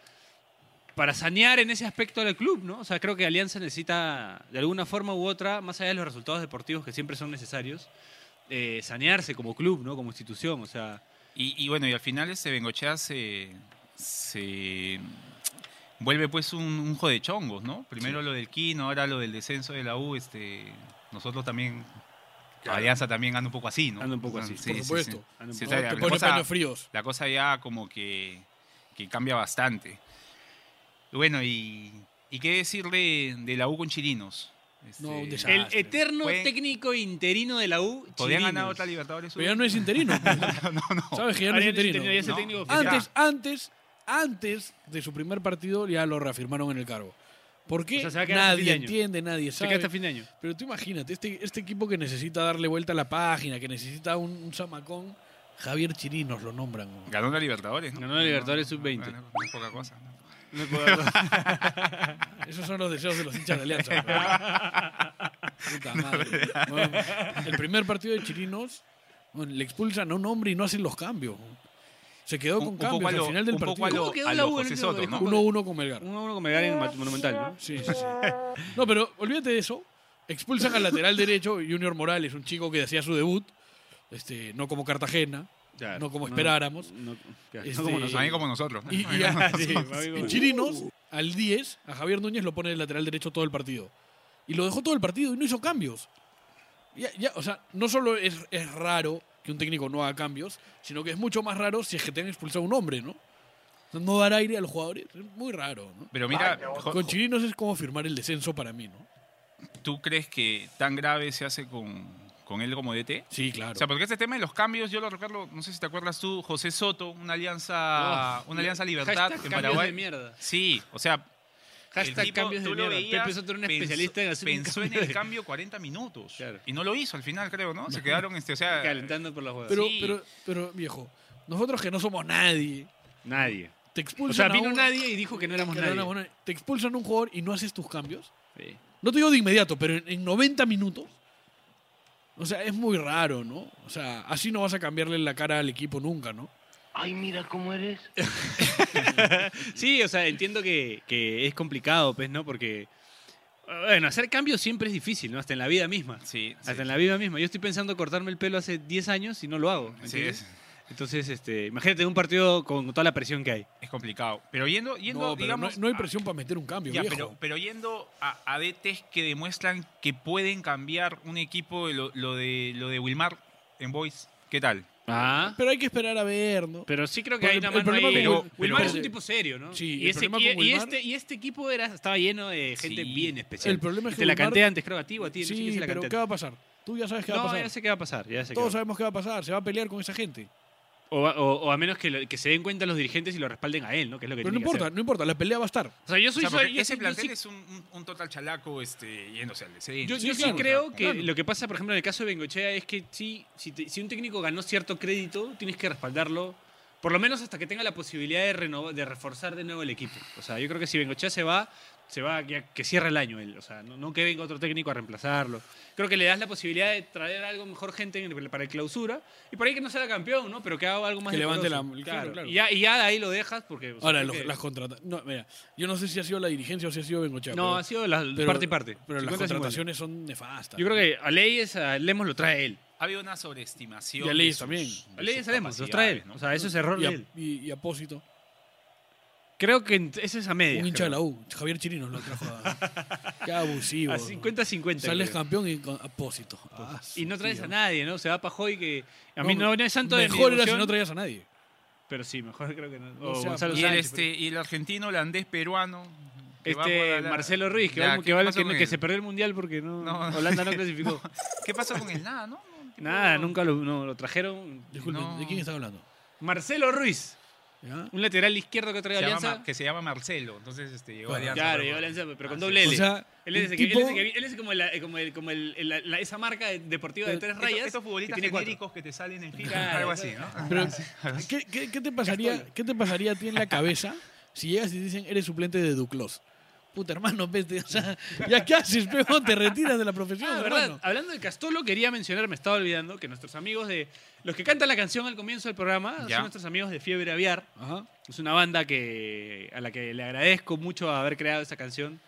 B: para sanear en ese aspecto del club, ¿no? O sea, creo que Alianza necesita, de alguna forma u otra, más allá de los resultados deportivos que siempre son necesarios, eh, sanearse como club, ¿no? Como institución, o sea...
C: Y, y bueno, y al final este Bengochea se, se vuelve pues un, un jodechongos, ¿no? Primero lo del Quino, ahora lo del descenso de la U, este, nosotros también, Alianza también anda un poco así, ¿no?
B: Anda un poco así,
D: por supuesto.
B: Anda un
C: Sí,
B: poco-
C: o
D: No,
C: sea,
D: te
C: la,
D: pone
C: cosa,
D: paños fríos.
C: la cosa ya como que, que cambia bastante. Bueno, y, y qué decir de, de la U con Chirinos. Este,
D: No, un desastre.
B: El eterno
C: Fue-
B: técnico interino de la U,
C: ¿Podrían ganar
B: Chirinos.
C: otra Libertadores?
D: Pero ya no es interino. pues.
C: no, no.
D: ¿Sabes que ya no
B: Ahora
D: es
B: ya no es
D: interino?
B: interino, ya es el
C: No.
B: técnico oficial.
D: Antes, antes, antes de su primer partido ya lo reafirmaron en el cargo. ¿Por qué?
B: O sea, se va a quedar hasta fin de
D: nadie
B: año.
D: entiende, nadie
B: Se queda
D: sabe.
B: hasta fin de año.
D: Pero tú imagínate, este, este equipo que necesita darle vuelta a la página, que necesita un, un zamacón, Javier Chirinos lo nombran. ¿no?
C: Ganó la Libertadores, ¿no?
B: Ganó la Libertadores sub-20.
C: No, no, no es poca cosa. ¿no?
D: Esos son los deseos de los hinchas de Alianza. ¿no? Puta madre. Bueno, el primer partido de Chirinos bueno, le expulsan a un hombre y no hacen los cambios. Se quedó
C: Un-
D: con
C: un poco
D: cambios
C: a lo-
D: al final del
C: un poco
D: partido.
C: a lo-
B: ¿Cómo quedó
C: a
B: la
C: lo
B: U en el
C: José
B: último
C: Soto, ¿no?
D: 1-1 con Melgar.
B: Uno a uno con Melgar en Mat- Monumental, ¿no?
D: Sí, sí, sí. No, pero olvídate de eso. Expulsan al lateral derecho Junior Morales, un chico que hacía su debut, este, no como Cartagena, no como esperáramos.
B: No, claro, no
D: Este,
B: como
C: A
B: nosotros.
C: mí como nosotros. ¿no?
D: Y, y a-
B: Sí, para mí
D: en
B: como-
D: Chirinos, al 10, a Javier Núñez lo pone de lateral derecho todo el partido. Y lo dejó todo el partido y no hizo cambios. Ya- ya, o sea, no solo es, es raro que un técnico no haga cambios, sino que es mucho más raro si es que te han expulsado un hombre, ¿no? O sea, No dar aire a los jugadores es muy raro, ¿no?
C: Pero mira, Jo-
D: Con Chirinos es como firmar el descenso para mí, ¿no?
C: ¿tú crees que tan grave se hace con, con él como DT?
D: Sí, claro.
B: pues,
C: O sea, porque este tema de los cambios, yo lo recuerdo, no sé si te acuerdas tú, José Soto, una
D: ah,
C: alianza,
B: Uf,
C: Ah, una alianza
B: hashtag
C: libertad en
B: cambios de
C: Paraguay.
B: mierda.
C: Sí, o sea, el
B: Hashtag
C: tipo,
B: cambios de
C: tú lo
B: mierda.
C: veías,
B: Pepe Soto era un
C: pensó-
B: especialista en hacer un
C: pensó en
B: cambio
C: el
B: de-
C: cambio 40 minutos
B: Claro.
C: y no lo hizo al final, creo, ¿no? Se quedaron, este, o sea,
B: calentando por las huevas.
D: pero,
C: sí.
D: pero, pero, viejo, nosotros que no somos nadie,
B: nadie.
D: te
B: O
D: expulsan.
B: sea,
D: a
B: vino
D: un-
B: nadie y dijo que no éramos
D: que no
B: nadie.
D: éramos nadie. Te expulsan a un jugador y no haces tus cambios.
B: Sí.
D: No te digo de inmediato, pero en, en 90 minutos. O sea, es muy raro, ¿no? O sea, así no vas a cambiarle la cara al equipo nunca, ¿no?
A: Ay, mira cómo eres.
B: Sí, o sea, entiendo que, que es complicado, pues, ¿no? Porque, bueno, hacer cambios siempre es difícil, ¿no? Hasta en la vida misma.
C: sí, sí.
B: Hasta en la vida misma. Yo estoy pensando cortarme el pelo hace 10 años y no lo hago.
C: Sí,
B: ¿entiendes?
C: es.
B: Entonces, este, imagínate un partido con toda la presión que hay.
C: Es complicado. Pero yendo, yendo
D: No, pero
C: digamos.
D: no, no hay
B: ah,
C: a-
D: presión para meter un cambio,
C: ya,
D: viejo.
C: pero, pero yendo a, a DTs que demuestran que pueden cambiar un equipo, lo, lo de, lo de Wilmar en Boys, ¿qué tal?
B: Ah.
D: Pero hay que esperar a ver, ¿no?
B: Pero sí creo que
D: Pero
B: hay
D: el-
B: nada
D: el
B: más. no
D: problema
B: hay-
C: con Wil-
B: Wilmar
C: Wilmar
B: es
D: de-
B: un tipo serio, ¿no?
D: Sí,
B: y,
D: el
B: ese,
D: problema
B: y-
D: con
B: y
D: Wilmar-
B: este, y este equipo era, estaba lleno de gente
C: Sí.
B: bien especial.
D: El problema
B: Y
D: es que
B: Te la
D: Wilmar-
B: canté antes, creo, a ti o a ti. no sé
D: sí,
B: quién se la
D: pero
B: canté
D: ¿qué va a pasar? Tú ya sabes qué va a
B: No,
D: pasar.
B: ya sé qué va a pasar. ya sé qué va a
D: Todos
B: pasar.
D: sabemos qué va a pasar. Se va a pelear con esa gente.
B: O, va- o- o a menos que, lo- que se den cuenta los dirigentes y lo respalden a él, ¿no? Que es lo que
D: Pero no
B: tiene que
D: importa,
B: hacer.
D: no importa. La pelea va a estar.
B: O sea, yo
C: O
B: soy.
C: sea, porque
B: soy- yo
C: ese
B: soy- yo
C: plantel
B: sí-
C: es un, un- un total chalaco este, yéndose al descenso.
B: Yo,
D: Sí,
B: yo sí
D: claro.
B: creo que
D: Claro.
B: lo que pasa, por ejemplo, en el caso de Bengochea es que sí, si, te- si un técnico ganó cierto crédito, tienes que respaldarlo, por lo menos hasta que tenga la posibilidad de, renova- de reforzar de nuevo el equipo. O sea, yo creo que si Bengochea se va, se va ya que cierre el año él. O sea, no, no que venga otro técnico a reemplazarlo. Creo que le das la posibilidad de traer algo mejor gente en el- para el clausura y por ahí que no sea campeón, ¿no? Pero que haga algo más
D: Que levante
B: decoroso.
D: la- claro,
B: Claro,
D: claro.
B: Y, ya, y ya de ahí lo dejas porque. o sea,
D: Ahora,
B: creo
D: los-
B: que-
D: las contratas. No, mira, yo no sé si ha sido la dirigencia o si ha sido Bengochea.
B: no,
D: pero-
B: ha sido la,
D: pero-
B: parte y parte.
D: Pero las
B: 50-50.
D: contrataciones son nefastas.
B: Yo creo que a Leyes, a Lemos lo trae él.
C: Ha habido una sobreestimación.
D: Y a
C: de
D: Leyes
C: sus-
D: también.
C: de
B: A Leyes
C: sus
B: sabemos, los trae
C: capacidades,
B: él.
C: ¿no?
B: O sea, eso es error
D: Y,
B: de
D: a,
B: él.
D: y, y Apósito,
B: Creo que ent- eso es a media.
D: un hincha de la U. Javier Chirino lo trajo a. Qué abusivo.
B: A 50-50.
D: Sales
B: creo.
D: campeón y con Apósito. Ah,
B: Y no traes
D: tío.
B: a nadie, ¿no? Se va Pajoy que. A
D: No,
B: mí no, no es santo de mi
D: Mejor era si
B: devoción,
D: no traías a nadie.
B: Pero sí, mejor creo que no.
D: No
B: O
D: sea-
B: Gonzalo
C: Y el,
B: Sánchez,
C: este, y el argentino, holandés, peruano. que va
B: este,
C: por la-
B: Marcelo Ruiz, que,
C: Ya,
B: va-
C: ¿qué
B: que, va-
C: pasó
B: que-
C: con
B: que
C: él?
B: se perdió el mundial porque no,
C: No, no.
B: Holanda no clasificó.
C: ¿Qué pasó con él? Nada, ¿no?
B: Nada, nunca lo, no, lo trajeron.
D: Disculpen,
C: No.
D: ¿de quién está hablando?
B: Marcelo Ruiz,
D: ¿Ya?
B: un lateral izquierdo que ha traído
C: Se llama
B: Alianza.
C: Mar- que se llama Marcelo, entonces este, llegó a
D: Claro,
C: Alianza.
B: Claro,
C: pero-
B: llegó a Alianza, pero con
C: Ah,
B: doble
C: sí.
B: L.
D: O sea,
B: él es,
D: un
B: el que- él es el
D: tipo-
B: que- él es como, la- como el- como el- el- la- esa marca deportiva de
D: Pero
B: tres
C: Estos-
B: rayas.
C: Estos
B: que
C: futbolistas
B: tiene cuatro.
C: genéricos que te salen en FIFA,
B: Claro,
C: algo así,
B: claro.
C: ¿no?
D: Pero,
C: Algo así.
D: ¿qué, qué- qué te pasaría, ¿qué te pasaría a ti en la cabeza si llegas y te dicen eres suplente de Duclos? Puta hermano, peste, o sea, ¿ya qué haces, peón? Te retiras de la profesión,
B: Ah, ¿verdad?
D: hermano.
B: Hablando de Castolo, quería mencionar, me estaba olvidando, que nuestros amigos de. Los que cantan la canción al comienzo del programa
C: Ya.
B: son nuestros amigos de Fiebre Aviar.
D: Ajá.
B: Es una banda que, a la que le agradezco mucho haber creado esa canción.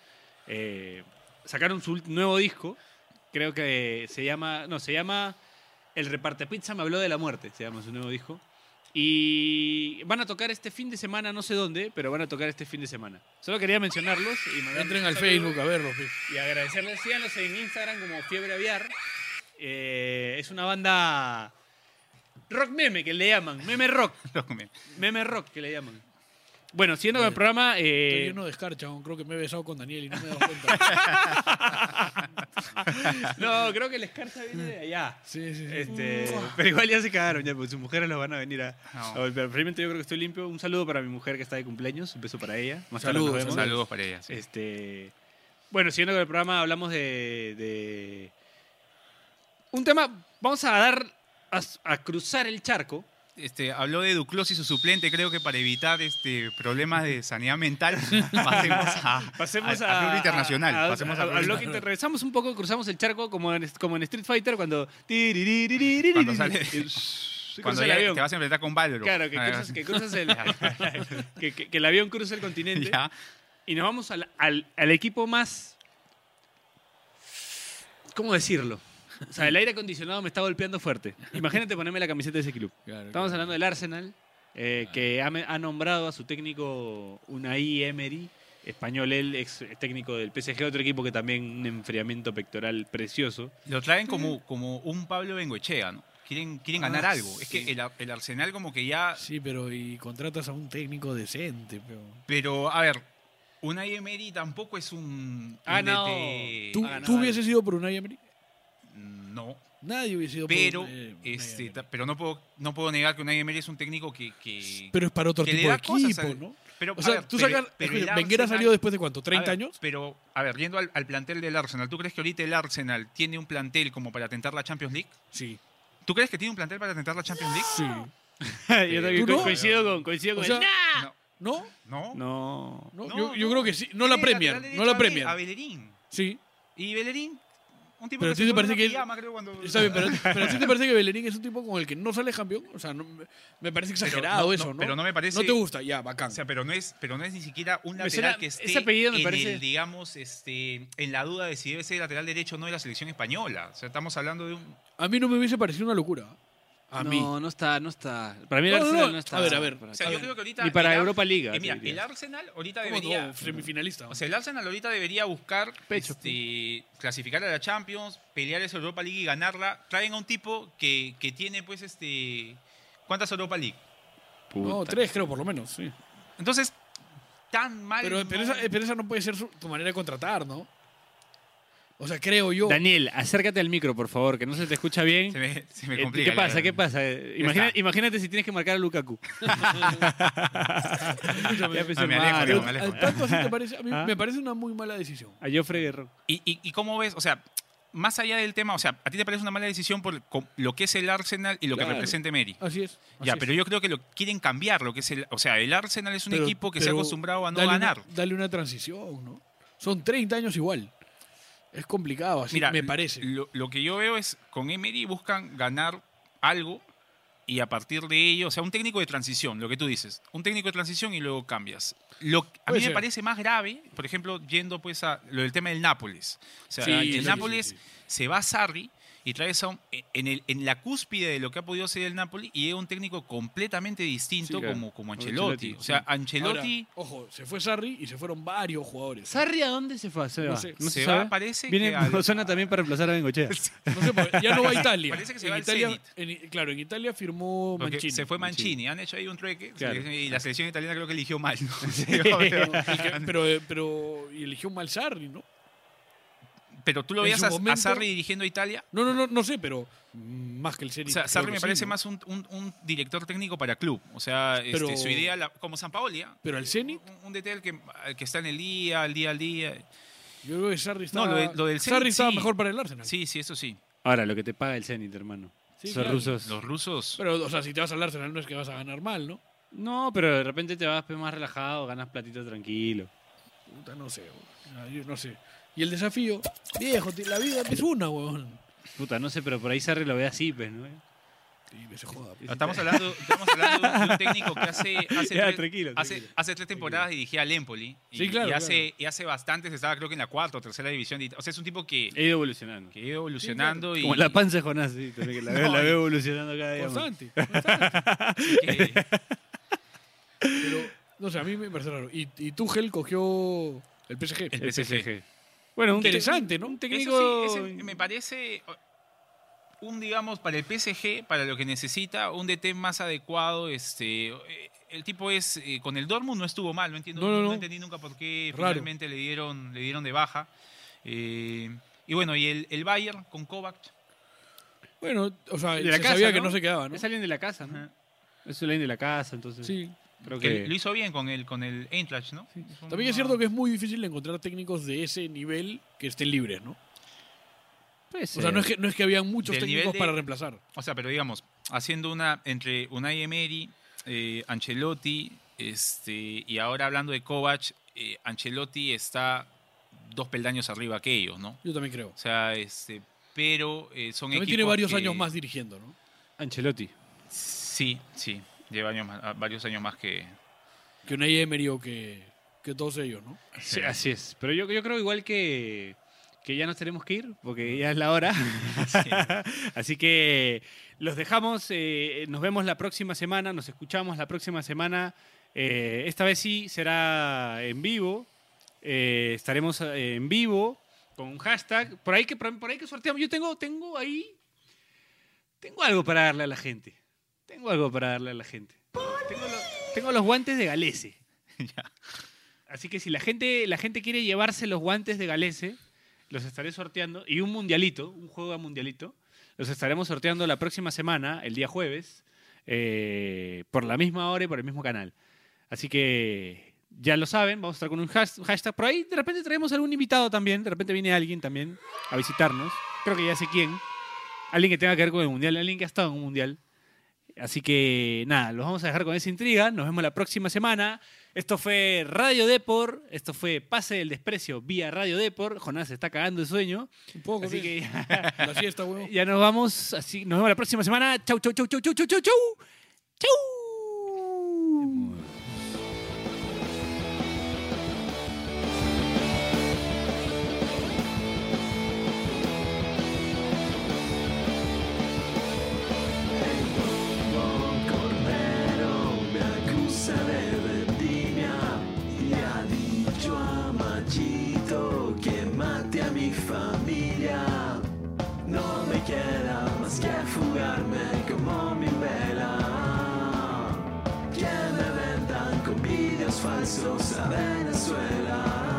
B: Eh, sacaron su ult- nuevo disco. Creo que se llama. No, se llama. El reparte pizza me habló de la muerte, se llama su nuevo disco. Y van a tocar este fin de semana, no sé dónde, pero van a tocar este fin de semana. Solo quería mencionarlos y mandarles
D: Entren
B: un
D: al
B: saludo.
D: Facebook a verlo.
C: Eh,
D: pe.
B: Y agradecerles, síganos en Instagram como Fiebre Aviar. Eh, es una banda rock meme que le llaman, meme rock,
C: Lo comí.
B: meme rock que le llaman. Bueno, siguiendo con el programa, eh,
D: Estoy lleno de escarcha, aún creo que me he besado con Daniel y no me he dado cuenta.
B: no, creo que el escarza viene de allá.
D: Sí, sí, sí.
B: Este, pero igual ya se cagaron, ya, porque sus mujeres los van a venir a,
C: No.
B: a golpear. Felizmente yo creo que estoy limpio. Un saludo para mi mujer que está de cumpleaños, un beso para ella. Más tarde nos
D: Saludos,
B: vemos.
C: Saludos para ellas.
B: Este, bueno, siguiendo con el programa, hablamos de, de- un tema. Vamos a dar a, a cruzar el charco.
C: Este, habló de Duclos y su suplente, creo que para evitar este, problemas de sanidad mental, pasemos a,
B: Pasemos
C: a-
B: a,
C: a Club Internacional.
B: a- a-
C: pasemos a,
B: a-
C: Club
B: a
C: Internacional.
B: bloque inter- regresamos un poco, cruzamos el charco como en, como en Street Fighter cuando
C: Cuando sale- Cuando
B: cuando el
C: ya
B: avión.
C: te vas a enfrentar con Valor.
B: Claro, que cruzas, que cruzas el que, que- que el avión cruza el continente
C: Ya.
B: y nos vamos al, al- al equipo más ¿Cómo decirlo? O sea, el aire acondicionado me está golpeando fuerte. Imagínate ponerme la camiseta de ese club.
D: Claro,
B: Estamos
D: claro.
B: hablando del Arsenal, eh, que ha, me- ha nombrado a su técnico Unai Emery, español, él, ex técnico del PSG, otro equipo que también un enfriamiento pectoral precioso.
C: Lo traen como, como un Pablo Bengoechea, ¿no? Quieren, quieren
D: Ah,
C: ganar algo. Es
D: sí.
C: que el, Ar- el Arsenal como que ya...
D: Sí, pero y contratas a un técnico decente, pero.
C: Pero, a ver, Unai Emery tampoco es un... un
B: Ah, no.
C: DT.
D: ¿Tú,
B: ganar.
D: tú hubieses ido por un Emery?
C: No.
D: Nadie hubiese ido
C: Pero,
D: por un eh, Unai
C: este,
D: Emery.
C: ta- pero no, puedo, no puedo negar que Unai Emery es un técnico que... que
D: Pero es para otro
C: que le
D: tipo de
C: da cosas
D: equipo,
C: al-
D: ¿no?
C: pero,
D: O
C: a
D: sea,
C: ver,
D: tú
C: pero-
D: sacas.
C: pero
D: escucha,
C: el
D: Venguera
C: Arsenal-
D: salió después de cuánto, ¿30
C: A ver,
D: años?
C: Pero, a ver, yendo al, al plantel del Arsenal, ¿tú crees que ahorita el Arsenal tiene un plantel como para tentar la Champions League?
D: Sí.
C: ¿Tú crees que tiene un plantel para tentar la Champions League?
D: Sí.
B: Yo también
D: ¿Tú no?
B: co- coincido con, coincido
D: O
B: con
D: sea,
B: él. ¡Nah!
D: ¿No?
C: No.
B: No.
D: No,
C: No,
D: yo, yo
C: no.
D: creo que sí. No la
C: Tiene
D: premian.
C: lateral
D: No la
C: derecho a Be- A
D: premian.
C: Bellerín.
D: Sí.
C: Y Bellerín, un tipo
D: Pero
C: que
D: ¿a ti te
C: se pone
D: parece
C: una
D: que-
C: pijama, creo, cuando-
D: Está bien, pero, pero ¿sí te parece que Bellerín es un tipo con el que no sale campeón? O sea, no- me parece exagerado
C: no,
D: eso,
C: no,
D: ¿no?
C: pero no me parece-
D: No te gusta, ya, bacán.
C: O sea, pero no es, pero no es ni siquiera un
B: Me
C: lateral
B: suena-
C: que esté
B: ese apellido me
C: en
B: parece-
C: el, digamos, este, en la duda de si debe ser lateral derecho o no de la selección española. O sea, estamos hablando de un...
D: A mí no me hubiese parecido una locura. ¿eh? A
B: no,
D: mí.
B: no está, no está. Para mí el
D: No, no,
B: Arsenal
D: no.
B: no está.
D: A ver, a ver.
B: para-
D: O
C: O sea,
D: Está
B: Ni
D: bien.
C: yo creo que ahorita.
B: para
C: el Ar-
B: Europa Liga.
C: eh, mira,
B: te diría.
C: el Arsenal ahorita
D: ¿Cómo
C: debería.
D: no? Semifinalista.
C: O sea, el Arsenal ahorita debería buscar
B: Pecho,
C: este, clasificar a la Champions, pelear esa Europa League y ganarla. Traen a un tipo que, que tiene, pues, este. ¿Cuántas Europa League?
D: no,
B: Puta.
D: tres creo por lo menos, sí.
C: Entonces, tan mal.
D: Pero, pero
C: no-
D: esa,
B: eh,
D: pero esa no puede ser su- tu manera de contratar, ¿no? O sea, creo yo.
B: Daniel, acércate al micro, por favor, que no se te escucha bien.
C: se me, se me
B: Eh,
C: complica.
B: ¿Qué
C: la
B: pasa?
C: verdad.
B: ¿Qué pasa? Eh, imagina-
C: está.
B: imagínate si tienes que marcar a Lukaku. Ya empezó
C: Ah, me alejo,
B: Mario.
C: yo, me alejo.
D: Al tanto así te parece, a mí
B: ¿Ah?
D: me parece una muy mala decisión.
B: A Joffrey Guerrero.
C: ¿Y, y, y cómo ves? O sea, más allá del tema, o sea, ¿a ti te parece una mala decisión por co- lo que es el Arsenal y lo que
D: Claro.
C: representa Emery?
D: Así es.
C: Ya,
D: así
C: pero
D: es.
C: yo creo que lo quieren cambiar, lo que es el, o sea, el Arsenal es un
D: Pero-
C: equipo que se ha
D: pero
C: acostumbrado a no
D: dale una-
C: ganar.
D: dale una transición, ¿no? Son 30 años igual. Es complicado, así me parece.
C: Lo, lo que yo veo es con Emery buscan ganar algo y a partir de ello, o sea, un técnico de transición, lo que tú dices, un técnico de transición y luego cambias. Lo, a
D: Puede
C: mí
D: ser.
C: me parece más grave, por ejemplo, yendo pues a lo del tema del Nápoles. O sea,
D: Sí,
C: el
D: sí, sí,
C: Nápoles
D: sí.
C: se va a Sarri y traes a un- en, el, en la cúspide de lo que ha podido ser el Nápoles y es un técnico completamente distinto
B: Sí, claro.
C: como, como
B: Como
C: Ancelotti.
B: Ancelotti,
C: O sea,
B: sí.
D: Ahora,
C: Ancelotti
D: ojo, se fue Sarri y se fueron varios jugadores.
B: ¿Sarri a dónde se fue?
D: No sé.
B: No se,
C: se
B: sabe.
C: va, parece
B: Viene
C: que al-
B: Rosana también para reemplazar a Bengochea.
D: No sé, porque ya no va a Italia.
C: Parece que se
D: En
C: va al
D: Italia, en- claro, en Italia firmó
C: Porque
D: Mancini.
C: Se fue Mancini. Han hecho ahí un trueque.
B: Claro.
C: Y la selección italiana creo que eligió mal. ¿no?
D: Pero, el que- pero, eh, pero- y eligió mal Sarri, ¿no?
C: Pero tú lo
D: En
C: veías
D: su
C: a, a
D: momento-
C: Sarri dirigiendo a Italia.
D: No, no, no, no sé, pero mm, más que el Sarri.
C: O sea, Sarri
D: creo que
C: me
D: sí,
C: parece
D: ¿no?
C: más un, un- un director técnico para club. O sea, este,
D: Pero-
C: su idea, la- como San Paoli, ¿ah?
D: Pero al Zenit,
C: un, un DT al que, al que está en el día, al día al día.
D: yo creo que Sarri
C: No,
D: estaba,
C: lo de- lo del Zenit,
D: Sarri estaba
C: sí.
D: mejor para el Arsenal.
C: Sí, sí, eso sí.
B: Ahora, lo que te paga el Zenit, hermano.
D: Sí,
B: Son
D: claro.
B: rusos.
C: Los rusos.
D: Pero, o sea, si te vas al Arsenal no es que vas a ganar mal, ¿no?
B: No, pero de repente te vas pues, más relajado, ganas platito tranquilo.
D: Puta, no sé, weón. Ah, yo no sé. Y el desafío, viejo, ti- la vida es una, weón.
B: Puta, no sé, pero por ahí Sarri lo ve así, pues, ¿no?
D: Y que se joda. pues.
C: ah, Estamos hablando, estamos hablando de un técnico que hace, hace,
B: Ya,
C: tres,
B: tranquilo,
C: hace,
B: tranquilo.
C: hace tres temporadas dirigía al Empoli. Y,
D: Sí, claro,
C: y hace, y hace bastantes, estaba creo que en la cuarta o tercera división. de Ita- O sea, es un tipo que,
B: He ido evolucionando.
C: que ha ido evolucionando. y,
B: Como la panza de Jonás, sí, también, que la, veo,
C: No,
B: la
C: y-
B: veo evolucionando cada día. más.
D: Constante, constante.
C: que-
D: Pero, no sé, a mí me parece raro. Y, y Tuchel cogió el PSG.
C: El
B: El
C: PSG.
B: PSG. Bueno, un
D: Interesante, ¿no?
B: Un
C: Eso
B: técnico.
C: sí, ese em- me parece o- un, digamos, para el PSG, para lo que necesita, un DT más adecuado. Este, eh, el tipo es, eh, con el Dortmund no estuvo mal, no entiendo,
D: No,
C: no,
D: no, no.
C: entendí nunca por qué
D: Raro.
C: finalmente le dieron, le dieron de baja. Eh, y bueno, y el, el Bayern con Kovac.
D: Bueno, o sea,
B: de
D: se
B: la casa,
D: sabía que no se quedaba, ¿no?
B: Es alguien de la casa, ¿no?
C: Ajá.
B: Es alguien de la casa, entonces.
D: Sí.
B: Creo
C: Que
B: que.
C: lo hizo bien con el, con el Eintracht, ¿no?
D: También es cierto que es muy difícil encontrar técnicos de ese nivel que estén libres, ¿no?
B: Puede
D: O
B: ser.
D: sea, no es que, no es que había muchos
C: Del nivel
D: técnicos
C: de-
D: para reemplazar.
C: O sea, pero digamos, haciendo una entre Unai Emery, eh, Ancelotti, este, y ahora hablando de Kovac, eh, Ancelotti está dos peldaños arriba que ellos, ¿no?
D: Yo también creo.
C: O sea, este, pero eh, son
D: También
C: equipos
D: tiene varios
C: que-
D: años más dirigiendo, ¿no?
B: Ancelotti.
C: Sí, sí, lleva años más- ah, varios años más que
D: Que una Emery o que, que todos ellos, ¿no?
B: Sí, así es. Pero yo, yo creo igual que, que ya nos tenemos que ir, porque ya es la hora. así que los dejamos. eh, nos vemos la próxima semana, nos escuchamos la próxima semana. Eh, esta vez sí será en vivo. Eh, estaremos eh, en vivo con un hashtag. Por ahí que, por ahí que sorteamos. Yo tengo, tengo ahí. Tengo algo para darle a la gente. Tengo algo para darle a la gente. Tengo, los- tengo los guantes de Galese. Así que si la gente, la gente quiere llevarse los guantes de Galese, los estaré sorteando. Y un mundialito, un juego a mundialito, los estaremos sorteando la próxima semana, el día jueves, eh, por la misma hora y por el mismo canal. Así que ya lo saben, vamos a estar con un has- hashtag. Por ahí de repente traemos algún invitado también, de repente viene alguien también a visitarnos. Creo que ya sé quién. Alguien que tenga que ver con el mundial, alguien que ha estado en un mundial. Así que nada, los vamos a dejar con esa intriga. Nos vemos la próxima semana. Esto fue Radio Depor. Esto fue Pase del Desprecio vía Radio Depor. Jonás se está cagando de sueño.
D: Un poco.
B: Así
D: ¿qué?
B: que ya,
D: La fiesta, weón.
B: ya nos vamos. Así, nos vemos la próxima semana. Chau, chau, chau, chau, chau, chau, chau, chau. Chau.
A: Hey, falsos a Venezuela.